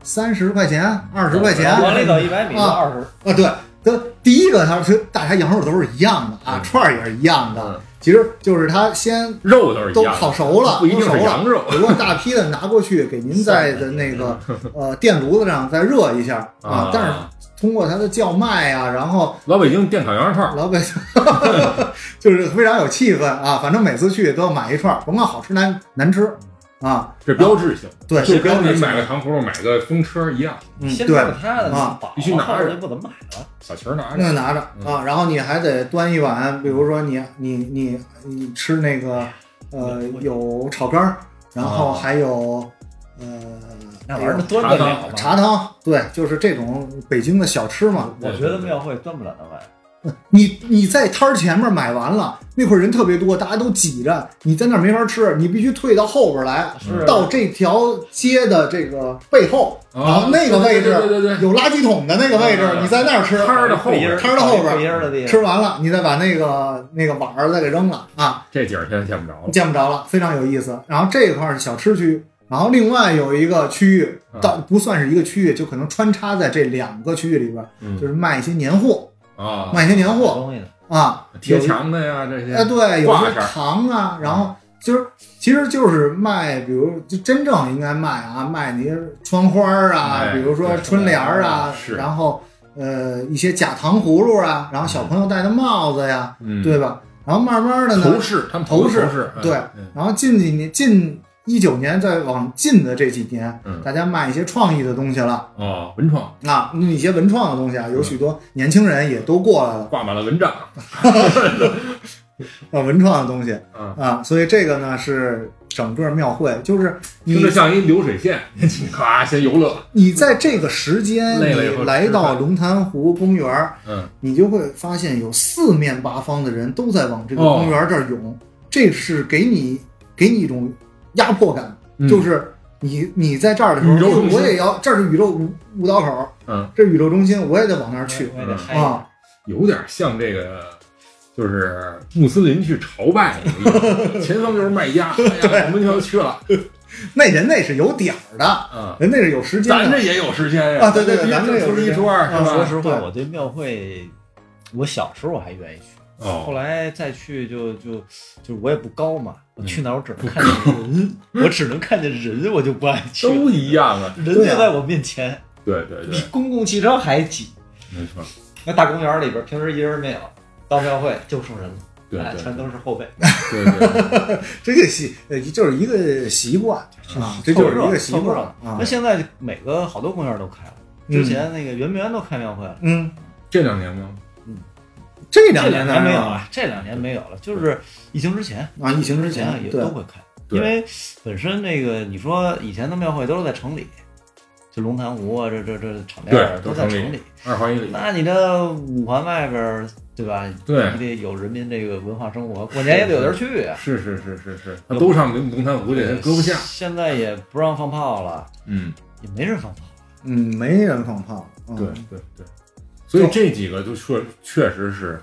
三十块钱、二十呃块钱，往里走一百米就啊二十，啊，对，它第一个它是大家羊肉都是一样的啊嗯，串儿也是一样嗯的，其实就是它先肉都是都一样的，烤熟了，不一定都熟是了，羊肉嗯有个大批的拿过去给您在的那个呃电炉子上再热一下啊，但是通过它的叫卖啊，然后老北京电烤羊肉串儿，老 [LAUGHS] 百姓就是非常有气氛啊，反正每次去都要买一串儿，甭管好吃难难吃啊，这标志性，对，就标跟志你性买个糖葫芦、买个风车一样，嗯先对挣。他的啊饱必须拿着后边就不怎么买了。小旗儿拿那着，就拿着嗯啊，然后你还得端一碗，比如说你你你你吃那个呃有炒肝儿，然啊后还有呃那还玩意儿有那端得了吗？茶汤，对，就是这种北京的小吃嗯嘛。我觉得庙会端不了那玩意儿。你你在摊儿前面买完了，那会儿人特别多，大家都挤着，你在那儿没法吃，你必须退到后边来，是到这条街的这个背后，啊然后那个位置对对对对有垃圾桶的那个位置嗯，你在那儿吃。摊儿的后边，摊儿的后边背阴儿的地吃完了，你再把那个那个碗儿再给扔了啊，这景儿现在见不着了。见不着了，非常有意思。然后这一块儿是小吃区，然后另外有一个区域啊，倒不算是一个区域，就可能穿插在这两个区域里边儿，嗯就是卖一些年货，啊，卖一些年货货东西的啊，贴有墙的呀这些，哎，对，有挂些上糖啊，嗯然后就是其实就是卖，比如就真正应该卖啊，卖那些窗花儿啊，哎比如说对春联儿啊，是然后呃一些假糖葫芦啊，然后小朋友戴的帽子呀，嗯，对吧？然后慢慢的呢，头饰，他们头头饰饰，嗯对嗯然后近几年近。一九年再往近的这几年，嗯大家卖一些创意的东西了哦，文创啊，一些文创的东西嗯啊，有许多年轻人也都过来了，挂满了蚊帐，呃，文创的东西，嗯，啊，所以这个呢是整个庙会，就是听你着像一流水线，咔先游乐，你在这个时间累了以你后来吃到饭龙潭湖公园儿，嗯，你就会发现有四面八方的人都在往这个哦公园这儿涌，这是给你给你一种压迫感，嗯就是你你在这儿的时候，宇宙中哎我心也要这儿是宇宙五五道口，嗯，哎这是宇宙中心，我也得往那儿去我也得嗨一下。啊，有点像这个，就是穆斯林去朝拜的意思，前方就是麦加，哎呀，我们就要去了，那人那是有点儿的，嗯，人那是有时间咱的这，也有时间呀，啊对对对咱咱这有时初一间初二是啊说吧？实对话，我对庙会，我小时候我还愿意去，后哦，来再去就就就是我也不高嘛，我嗯去哪儿我只能看见人，我只能看见人，我就不爱去。都一样啊，人就对啊在我面前，对对比 [LAUGHS] 对，公共汽车还挤。没错，那大公园里边平时一人没有，到庙会就剩人了，对哎对全都是后辈。对对，这个习呃就是一个习惯嗯啊，这就是一个习凑热惯闹啊那。现在每个好多公园都开了，嗯之前那个圆明园都开庙会了。嗯，这两年吗？这这两两年当然没有啊，这两年没有了，就是疫情之前，啊，疫情之之嗯前也对都会开，对因为本身那个你说以前的庙会都是在城里，就龙潭湖啊，这这这场面儿对在都城是城里，二环以里，那你这五环外边儿，对吧？对你得有人民这个文化生活，过年也得有地儿去啊。是是是是是，他都上龙潭湖去，人搁不下，现在也不让放炮了，嗯。也没人放炮。嗯，没人放炮。嗯对对对，所以这几个就确确实是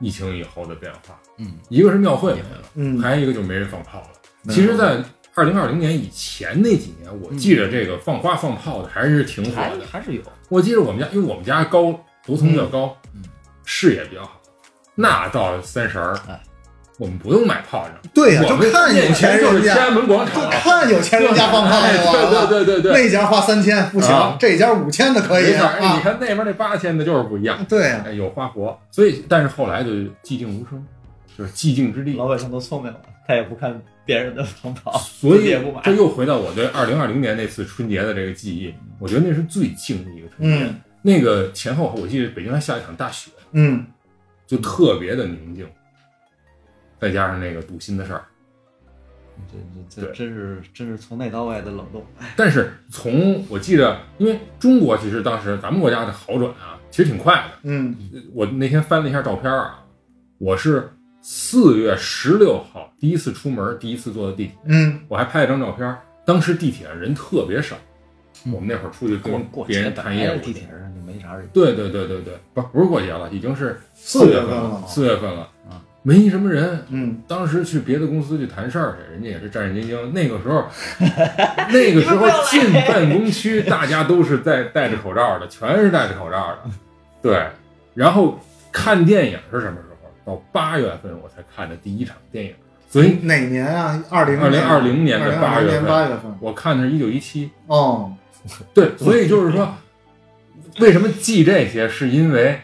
疫情以后的变化。嗯，一个是庙会没了，嗯，还有一个就没人放炮了。嗯其实，在二零二零年以前那几年，我记着这个放花放炮的还是挺火还的。还是有，我记着我们家，因为我们家高楼层比较高嗯嗯，视野比较好。那到三十儿哎，我们不用买炮仗，对呀，我就们看有眼钱前就是人天家，安门广就场，看有钱人家放炮哎就完对了。对对对对，那家花三千不行啊，这家五千的可以没错儿。哎你啊。看那边那八千的就是不一样。对呀，哎，有花活，所以但是后来就寂静无声，就是寂静之地老。百姓都聪明了，他也不看别人的放炮，所自己以也不买。这又回到我对二零二零年那次春节的这个记忆，我觉得那是最静的一个春节。嗯那个前后我记得北京还下一场大雪，嗯，就特别的宁静，再加上那个堵心的事儿。 [LAUGHS] 这这这对真是真是从内到外的冷冻。但是从我记得，因为中国其实当时咱们国家的好转啊，其实挺快的。嗯我那天翻了一下照片儿啊，我是四月十六号第一次出门，第一次坐的地铁。嗯我还拍了张照片儿，当时地铁上人特别少，嗯我们那会儿出去过跟过别节人本谈来业这务，地铁上就没啥人，对对对对对，不不是过节了，已经是四月月份了了，四月份了啊，没什么人。嗯，当时去别的公司去谈事儿去，人家也是战战兢兢。那个 [LAUGHS] 时候，那个时候进办公区，大家都是戴戴着口罩的，全是戴着口罩的。 [LAUGHS] 对，然后看电影是什么时候？到八月份我才看的第一场电影，所以哪年啊？二零2020年的八8月份八月份。我看的是一九一七。哦，对，所以就是说，为什么记这些，是因为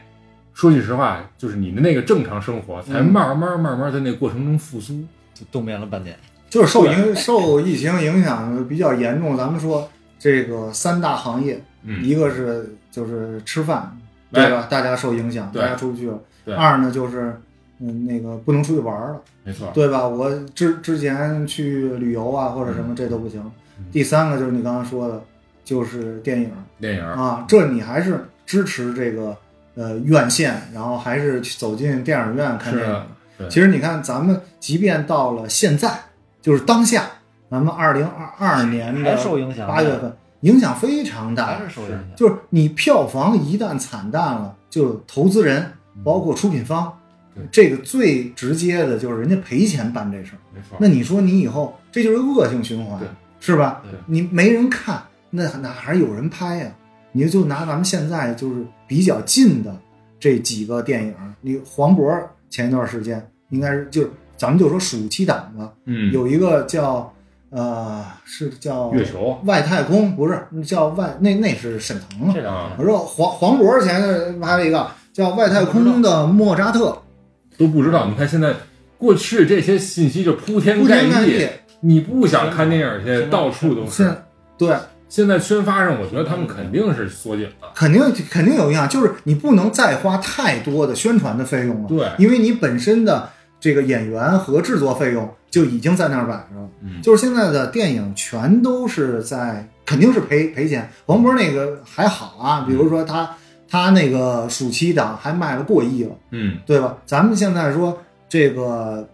说句实话，就是你的那个正常生活才嗯慢慢慢慢在那过程中复苏。就冻眠了半年。就是受影受疫情影响比较严重，咱们说这个三大行业，嗯，一个是就是吃饭，哎对吧？大家受影响，对大家出不去了。对二呢就是，嗯，那个不能出去玩了，没错，对吧？我之之前去旅游啊或者什么这都不行嗯。第三个就是你刚刚说的，就是电影电影儿啊，这你还是支持这个呃院线，然后还是去走进电影院看是电影啊。对其实你看，咱们即便到了现在，就是当下，咱们二零二二年的还受影响八月份，影响非常大，还啊是受影响。就是你票房一旦惨淡了，就投资人嗯包括出品方对，这个最直接的就是人家赔钱办这事儿。嗯没错那，你说你以后这就是恶性循环对，是吧对？你没人看，那哪还有人拍呀、你就拿咱们现在就是比较近的这几个电影，你黄渤前一段时间应该是就是咱们就说暑期档吧，嗯，有一个叫呃是叫月球外太空不是叫外那那是沈腾啊这，两啊天我说黄黄渤前阵拍了一个叫《外太空的莫扎特 [LAUGHS] 都不知道。你看现在过去这些信息就铺》，天铺天盖地地，。你不想看电影去，到处都现是。在对，现在宣发上，我觉得他们肯定是缩紧了。肯定肯定有影响，就是你不能再花太多的宣传的费用了，对因为你本身的这个演员和制作费用就已经在那儿摆着了。嗯就是现在的电影全都是在，肯定是赔赔钱。黄渤那个还好啊，比如说他他那个暑期档还卖了过亿了。嗯对吧？咱们现在说这个，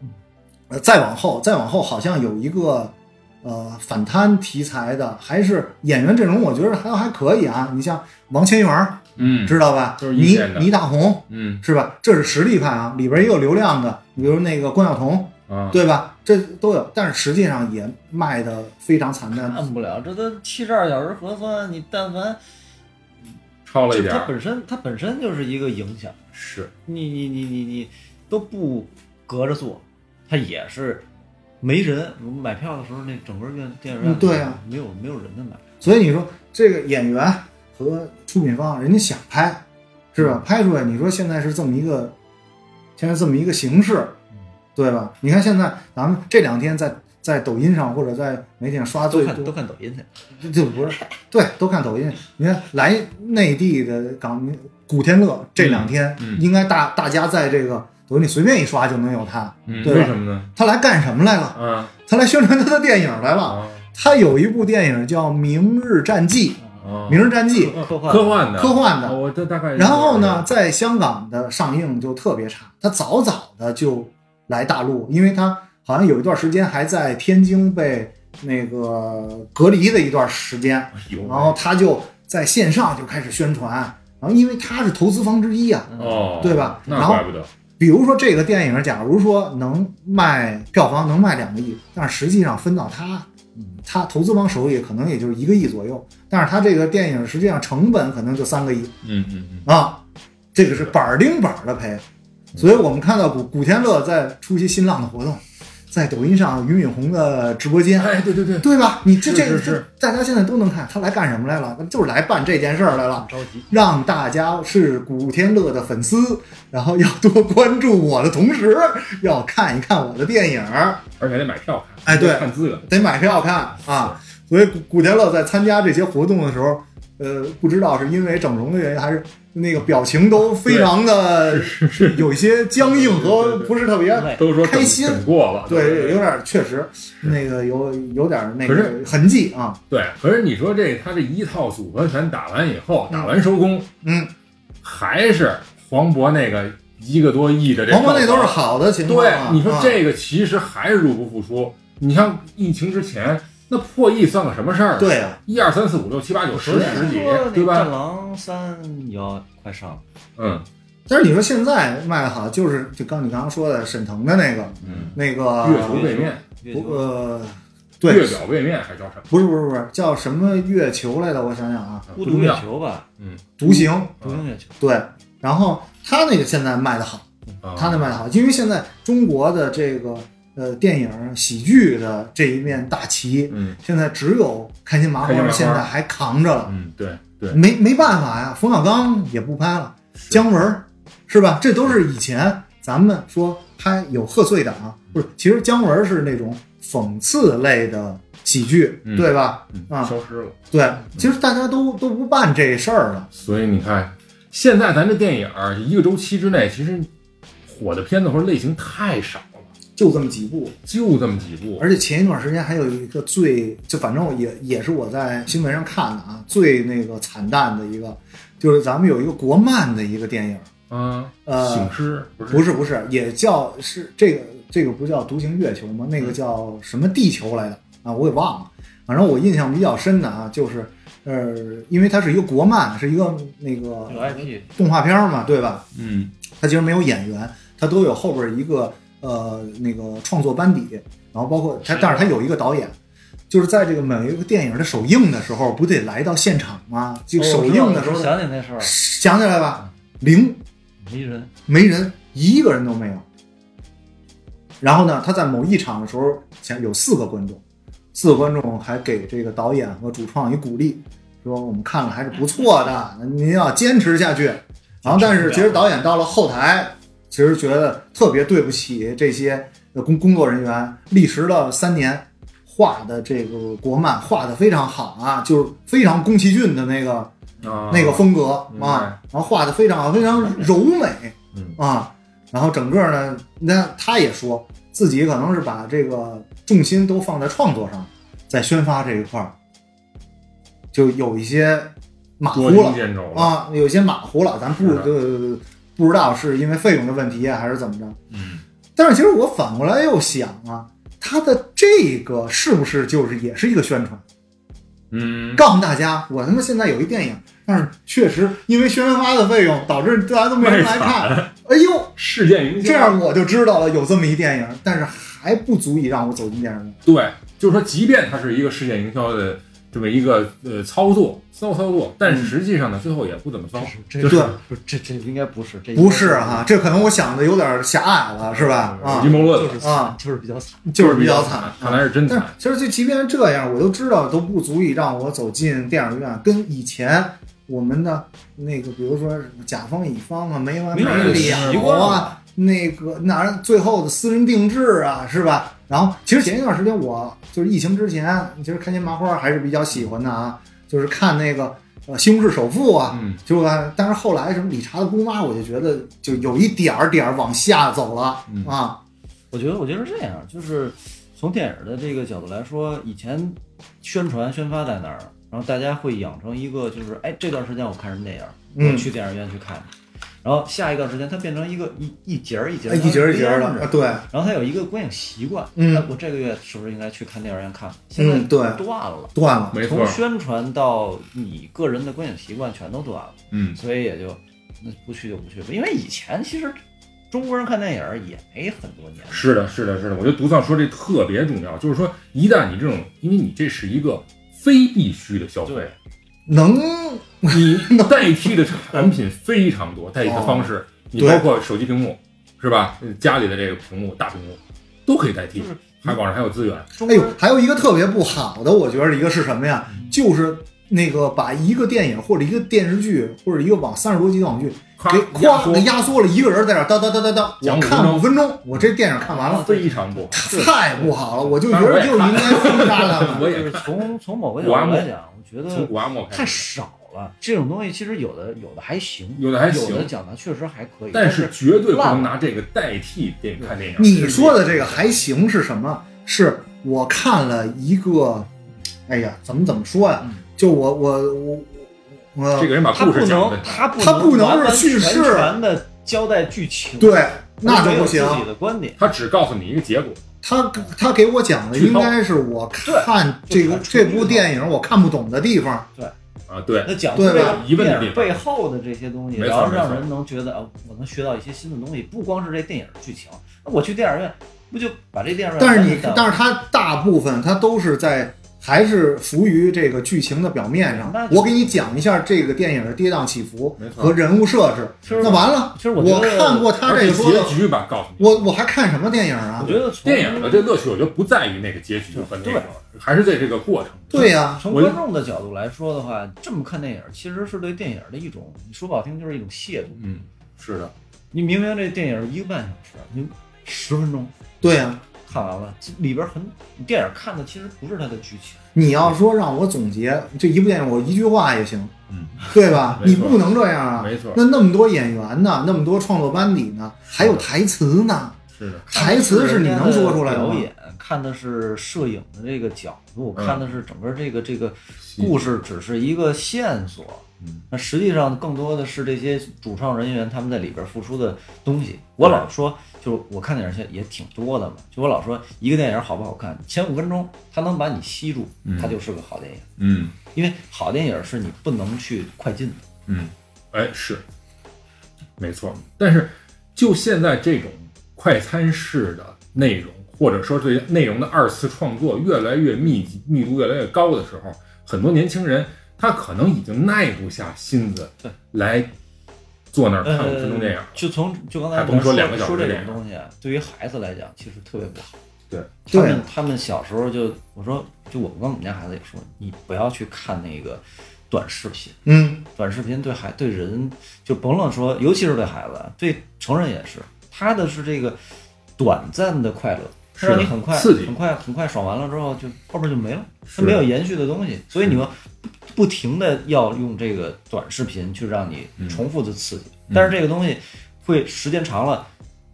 呃，再往后，再往后，好像有一个呃反贪题材的，还是演员阵容，我觉得还还可以啊。你像王千源儿，嗯知道吧？就是一倪线的倪大红嗯是吧？这是实力派啊，里边也有流量的，比如那个关晓彤，啊，对吧？这都有，但是实际上也卖的非常惨淡。看不了，这都七十二小时核酸，你但凡超了一这点它儿本身它本身就是一个影响，是你你你你你都不隔着做，它也是没人。我们买票的时候，那整个院电影院嗯对啊，没有没有人的买，所以你说这个演员和出品方，人家想拍，是嗯吧？拍出来，你说现在是这么一个，现在这么一个形式，嗯对吧？你看现在咱们这两天在在抖音上或者在媒体上刷都最看都多，看抖音去。就就不是对，都看抖音。你看来内地的港古天乐这两天，嗯嗯应该大大家在这个抖音里随便一刷就能有他。嗯对吧为什么呢？他来干什么来了？啊他来宣传他的电影来了。啊他有一部电影叫《明日战记》，啊《明日战记》科幻哦科幻的，科幻啊的。我这大概。然后呢，？在香港的上映就特别差，它早早的就来大陆，因为它好像有一段时间还在天津被那个隔离的一段时间，哎呦然后他就在线上就开始宣传，然后因为他是投资方之一啊，嗯哦，对吧？然那后怪不得。比如说这个电影，假如说能卖票房能卖两个亿，但是实际上分到他，他投资方手里可能也就是一个亿左右，但是他这个电影实际上成本可能就三个亿。嗯嗯啊，这个是板儿钉板儿的赔。所以我们看到古古天乐在出席新浪的活动，在抖音上俞敏洪的直播间，哎，对对对，对吧？你这是这是这是，大家现在都能看他来干什么来了，就是来办这件事儿来了。着急，让大家是古天乐的粉丝，然后要多关注我的同时，要看一看我的电影儿。而且还得买票看，哎对看资源。得买票看啊。所以古古天乐在参加这些活动的时候，呃，不知道是因为整容的原因，还是那个表情都非常的有一些僵硬和对对对不是特别对 [LAUGHS] 都说整开心整过了，对，有点确实那个有有点那可个是痕迹啊。对。可是你说这他这一套组合拳打完以后，打完收工，嗯，还是黄渤那个一个多亿的这黄渤那都是票房好的情况啊。对，你说啊这个其实还是入不敷出。你像疫情之前，那破亿算个什么事儿啊？对啊，一二三四五六七八九十昨天十几说那，对战吧？狼三要快上了，嗯，但是你说现在卖的好，就是就刚你刚刚说的沈腾的那个，嗯那月球个背面，月不球呃，月啊对，表背面还叫什么？不是不是不是叫什么月球来的？我想想啊，孤重独月要球吧，独行，独行月球，对，然后他那个现在卖的好，啊他那卖的好，因为现在中国的这个呃电影喜剧的这一面大旗，嗯现在只有开心麻开心麻花花现在还扛着了，嗯，对对，没没办法呀，冯小刚也不拍了，姜文儿是吧？这都是以前咱们说拍有贺岁嗯档，不是，其实姜文儿是那种讽刺类的喜剧，嗯对吧？嗯啊，消失了。对，其实大家都都不办这事儿了，所以你看，现在咱这电影儿一个周期之内，其实火的片子或者类型太少了，就这么几部。就这么几部。而且前一段时间还有一个最，就反正我也也是我在新闻上看的啊，最那个惨淡的一个，就是咱们有一个国漫的一个电影，啊，呃醒狮不是不是不是，也叫是这个这个不叫独行月球吗？那嗯个叫什么地球来的啊？我给忘了。反正我印象比较深的啊，就是呃，因为它是一个国漫，是一个那个有 IP 动画片嘛，对吧？嗯它其实没有演员，它都有后边一个呃那个创作班底，然后包括它，但是它有一个导演，就是在这个每一个电影的首映的时候，不得来到现场吗？就哦首映的时哦候，我想起那事儿了，想起来吧，零没人，没人，一个人都没有。然后呢，他在某一场的时候前有四个观众，四个观众还给这个导演和主创一鼓励，说我们看了还是不错的，您要坚持下去。然后，但是其实导演到了后台，其实觉得特别对不起这些呃工工作人员，历时了三年，画的这个国漫画的非常好啊，就是非常宫崎骏的那个啊那个风格啊明，白然后画的非常好，非常柔美，嗯啊，然后整个呢，那他也说自己可能是把这个重心都放在创作上，在宣发这一块儿，就有一些马虎捉襟了见肘了，啊，有些马虎了，咱不是的呃不知道是因为费用的问题啊，还是怎么着。嗯，但是其实我反过来又想啊，他的这个是不是就是也是一个宣传？嗯，告诉大家，我他妈现在有一电影，但是确实因为宣发的费用，导致大家都没人来看。哎呦，事件云这样我就知道了有这么一电影，但是还不足以让我走进电影院。对，就是说，即便它是一个事件营销的这么一个呃操作骚操作，但嗯实际上呢，最后也不怎么骚。这就是哦不对是这这应该不是，这不是啊哈、这可能我想的有点狭隘了，是吧？有啊阴，谋论就了，是啊就是比较惨，就是比比较惨惨，。看来是真但是惨。其实就即便是这样，我都知道都不足以让我走进电影院，跟以前。我们的那个，比如说什么甲方乙方啊，没完没有那个了习惯啊，了那个哪儿最后的私人定制啊，是吧？然后其实前一段时间我就是疫情之前，其实开心麻花还是比较喜欢的啊，就是看那个呃《西红柿首富》啊，嗯，结果但是后来什么理查的姑妈，我就觉得就有一点儿点儿往下走了嗯啊，我觉得我觉得是这样，就是从电影的这个角度来说，以前宣传宣发在那儿，然后大家会养成一个就是，哎，这段时间我看什么电影，嗯我去电影院去看。然后下一段时间，它变成一个一一节儿一节哎儿一节儿一节儿的，它连着啊对，然后他有一个观影习惯，嗯哎我这个月是不是应该去看电影院看？现在嗯对断了，断了，没错从，宣传到你个人的观影习惯全都断了，嗯，所以也就那不去就不去吧。因为以前其实中国人看电影也没很多年，是的，是的，是的。我觉得独藏说这特别重要，就是说，一旦你这种，因为你这是一个非必须的消费，对，能你代替的产品非常多，代替的方式，你哦对包括手机屏幕，是吧？呃家里的这个屏幕、大屏幕都可以代替就是，还网上还有资源。中哎国呦人，还有一个特别不好的，我觉得一个是什么呀？就是那个把一个电影或者一个电视剧或者一个网三十多集的网剧夸给压哐缩的压缩了，一个人在那儿叨叨叨叨叨，讲我五分钟啊看五分钟，我这电影看完了，非常不好。太不好了，我就觉得就应该封杀他们。我就也是 [LAUGHS] 从从某个角我还度没来讲，我觉从得古阿莫开太始，少了。这种东西其实有的有的还行，有的还有的行，讲的确实还可以，但但是绝对不烂能了拿这个代替电影看电影。你说的这个还行是什么？是我看了一个，哎呀，怎么怎么说呀嗯？就我我我我这个人把他故不事讲能的，他不他不能完完是叙全事全的交代剧情，对，那就没有不行。自己的观点，他只告诉你一个结果，他他给我讲的剧应透该是我看对这个就这纯部剧透电影我看不懂的地方。啊，对，那讲述对这吧个疑问的电地影方背后的这些东西，没错然后没让错人能觉得啊，我能学到一些新的东西，不光是这电影剧情。那我去电影院，不就把这电影院但完是全你带，过去？但是他大部分他都是在还是浮于这个剧情的表面上那。就我给你讲一下这个电影的跌宕起伏没错和人物设置，其实那完了，其实我我觉得看过他而这且个说的结，局吧，告诉你。我我还看什么电影啊我？觉得从电影的这乐趣，我觉得不在于那个结局和那个，还是在这个过程。对呀、从观众的角度来说的话，这么看电影其实是对电影的一种，你说不好听就是一种亵渎。嗯，是的，你明明这电影一个半小时，你十分钟对呀、看完了，这里边很你电影看的其实不是它的剧情，你要说让我总结这一部电影，我一句话也行，嗯，对吧？没你错不能这样啊！没错那那么多演员呢，那么多创作班底呢，还有台词呢，是的，台词是你能说出来的表吗？演，看的是摄影的这个角度，嗯看的是整个这个这个故事只是一个线索嗯。那实际上更多的是这些主创人员他们在里边付出的东西。我老说，就是我看电影现在也挺多的嘛，就我老说一个电影好不好看，前五分钟它能把你吸住，嗯它就是个好电影。嗯因为好电影是你不能去快进的，嗯，哎，是，没错。但是就现在这种快餐式的内容，或者说对内容的二次创作越来越密集、密度越来越高的时候，很多年轻人他可能已经耐不下心子对来坐那儿看五分钟电影呃，，就从就刚才还我甭们说说两个小时说这这种样东西，啊，对于孩子来讲其实特别不好。对，他对们他们小时候就我说，就我跟我们家孩子也说，你不要去看那个短视频，嗯，短视频对孩对人就甭论说，尤其是对孩子，对成人也是，他的是这个短暂的快乐，是它啊让你很快刺激很快很快爽完了之后就后边就没了，是它没有延续的东西，所以你要不停的要用这个短视频去让你重复的刺激，嗯但是这个东西会时间长了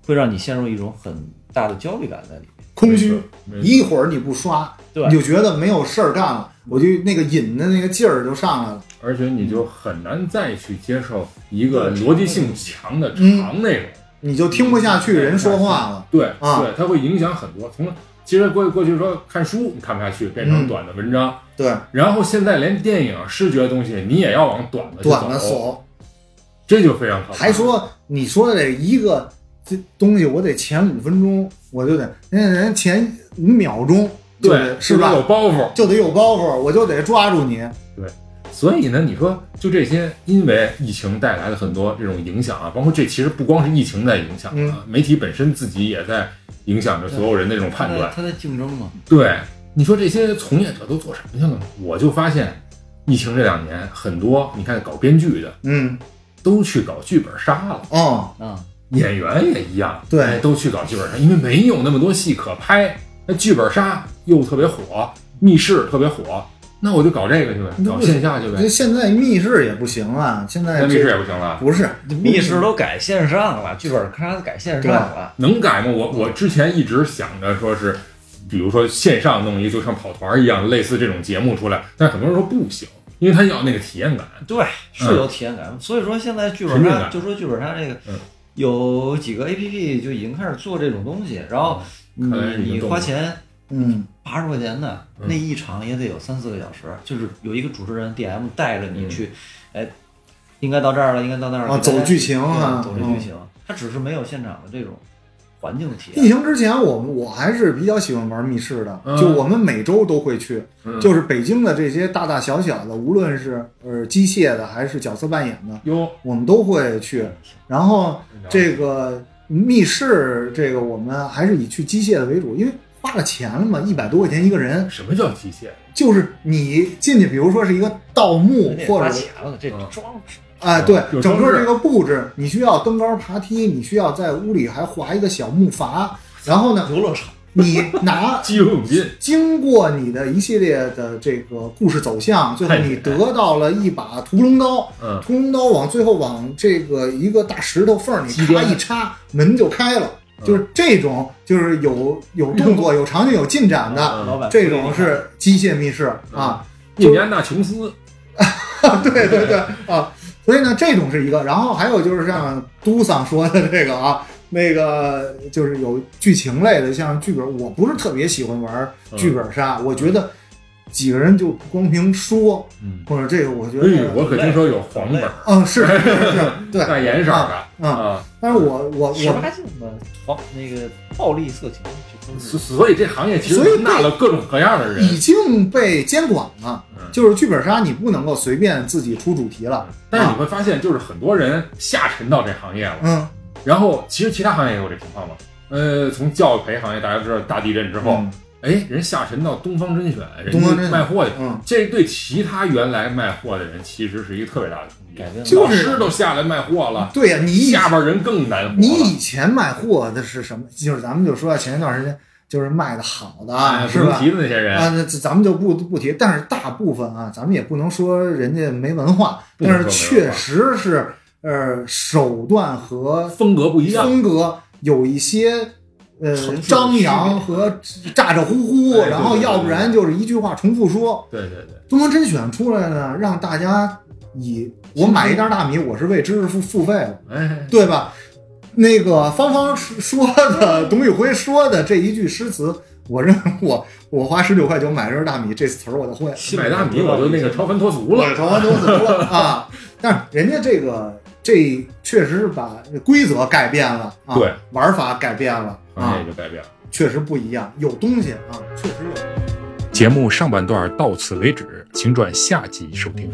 会让你陷入一种很大的焦虑感在里面。空虚没错，没错一会儿你不刷，对你就觉得没有事儿干了，我就那个瘾的那个劲儿就上来了。而且你就很难再去接受一个逻辑性强的嗯长内容。你就听不下去人说话了。对、啊对，它会影响很多。从其实过过去说看书你看不下去，变成嗯短的文章，对，然后现在连电影视觉的东西你也要往短的去短的走，走，这就非常可怕。还说你说的这一个这东西，我得前五分钟，我就得嗯人家人前五秒钟，就对得，是有吧？包袱。就得有包袱，我就得抓住你。所以呢，你说就这些，因为疫情带来的很多这种影响啊，包括这其实不光是疫情在影响啊，嗯媒体本身自己也在影响着所有人的这种他判在断。他在竞争嘛，对，你说这些从业者都做什么去了呢？我就发现，疫情这两年，很多你看搞编剧的嗯，都去搞剧本杀了，哦，啊，演员也一样，对哎都去搞剧本杀，因为没有那么多戏可拍，那剧本杀又特别火，密室特别火，那我就搞这个去呗，搞线下去这呗，现在密室也不行了，现在那这密室也不行了。不是密室都改线上了，剧本杀改线上了，能改吗？我我之前一直想着说是，比如说线上弄一个就像跑团一样类似这种节目出来，但是很多人说不行，因为他要那个体验感。对，嗯是有体验感。所以说现在剧本沉浸杀，感就说剧本杀这个嗯，有几个 A P P 就已经开始做这种东西，然哦后你看来你们你懂花钱嗯八十块钱的嗯那一场也得有三四个小时，就是有一个主持人 D M 带着你去，哎，应该到这儿了，应该到那儿了，嗯啊，走剧情啊，对走这剧情，它只是没有现场的这种环境的体疫验。情之前我，我还是比较喜欢玩密室的，嗯就我们每周都会去，嗯就是北京的这些大大小小的，无论是呃机械的还是角色扮演的，哟，我们都会去。然后嗯这个密室，这个我们还是以去机械的为主，因为花了钱了嘛，一百多块钱一个人，什么叫机械？就是你进去，比如说是一个盗墓人家也哎或花者钱了，这嗯装置哎，嗯对有，整装个置这个布置，你需要登高爬梯，你需要在屋里还划一个小木筏，然后呢，游乐场，你拿激流勇进，经过你的一系列的这个故事走向，哎最后你得到了一把屠龙刀。嗯，屠龙刀往最后往这个一个大石头缝儿里极咔端一插，门就开了。嗯就是这种，就是有有 [LAUGHS] 动作、有场景、有进展的嗯老板这种是机械密室啊。印第安纳琼斯，对对对啊，所以呢，这种是一个。然后还有就是像都桑说的这个啊，那个就是有剧情类的，像剧本，我不是特别喜欢玩嗯剧本杀，我觉得几个人就不光凭说嗯，或者这个，我觉哎，得，我哎可听说有黄本儿，嗯，是是是，对，带颜色的嗯，啊，但是我我十我，八禁吧，黄那个暴力色情，这都是所所以这行业其实嗯所以容纳了各种各样的人，已经被监管了嗯，就是剧本杀你不能够随便自己出主题了，但是你会发现，就是很多人下沉到这行业了。嗯，然后其实其他行业也有这情况嘛。呃，从教育培行业，大家知道大地震之后，嗯哎、人下沉到东方甄选，人东方甄家选卖货去，嗯，这对其他原来卖货的人其实是一个特别大的冲击改。变了就老是师都下来卖货了，对呀，你下边人更难活了。你以前卖货的是什么？就是咱们就说前一段时间就是卖的好的啊，哎，不是能吧提？的那些人，啊，那咱咱们就不不提，但是大部分啊，咱们也不能说人家没文化，不能但说是确实是，呃，手段和风格不一样。风格有一些，呃层次的，区别张扬和咋咋呼呼，哎对然后对对要不然就是一句话重复说。对对对，东方甄选出来呢，让大家以我买一袋大米，我是为知识付付费了。哎，对吧？那个芳芳说的，董宇辉说的这一句诗词，我认为我我花十九块九买根大米，这词儿我就会了，买大米我就那个超凡脱俗我了。朝完都死了啊！但是人家这个这确实是把规则改变了啊，对，玩法改变了行啊哎业，就改变了。确实不一样，有东西啊，确实有。节目上半段到此为止，请转下集收听。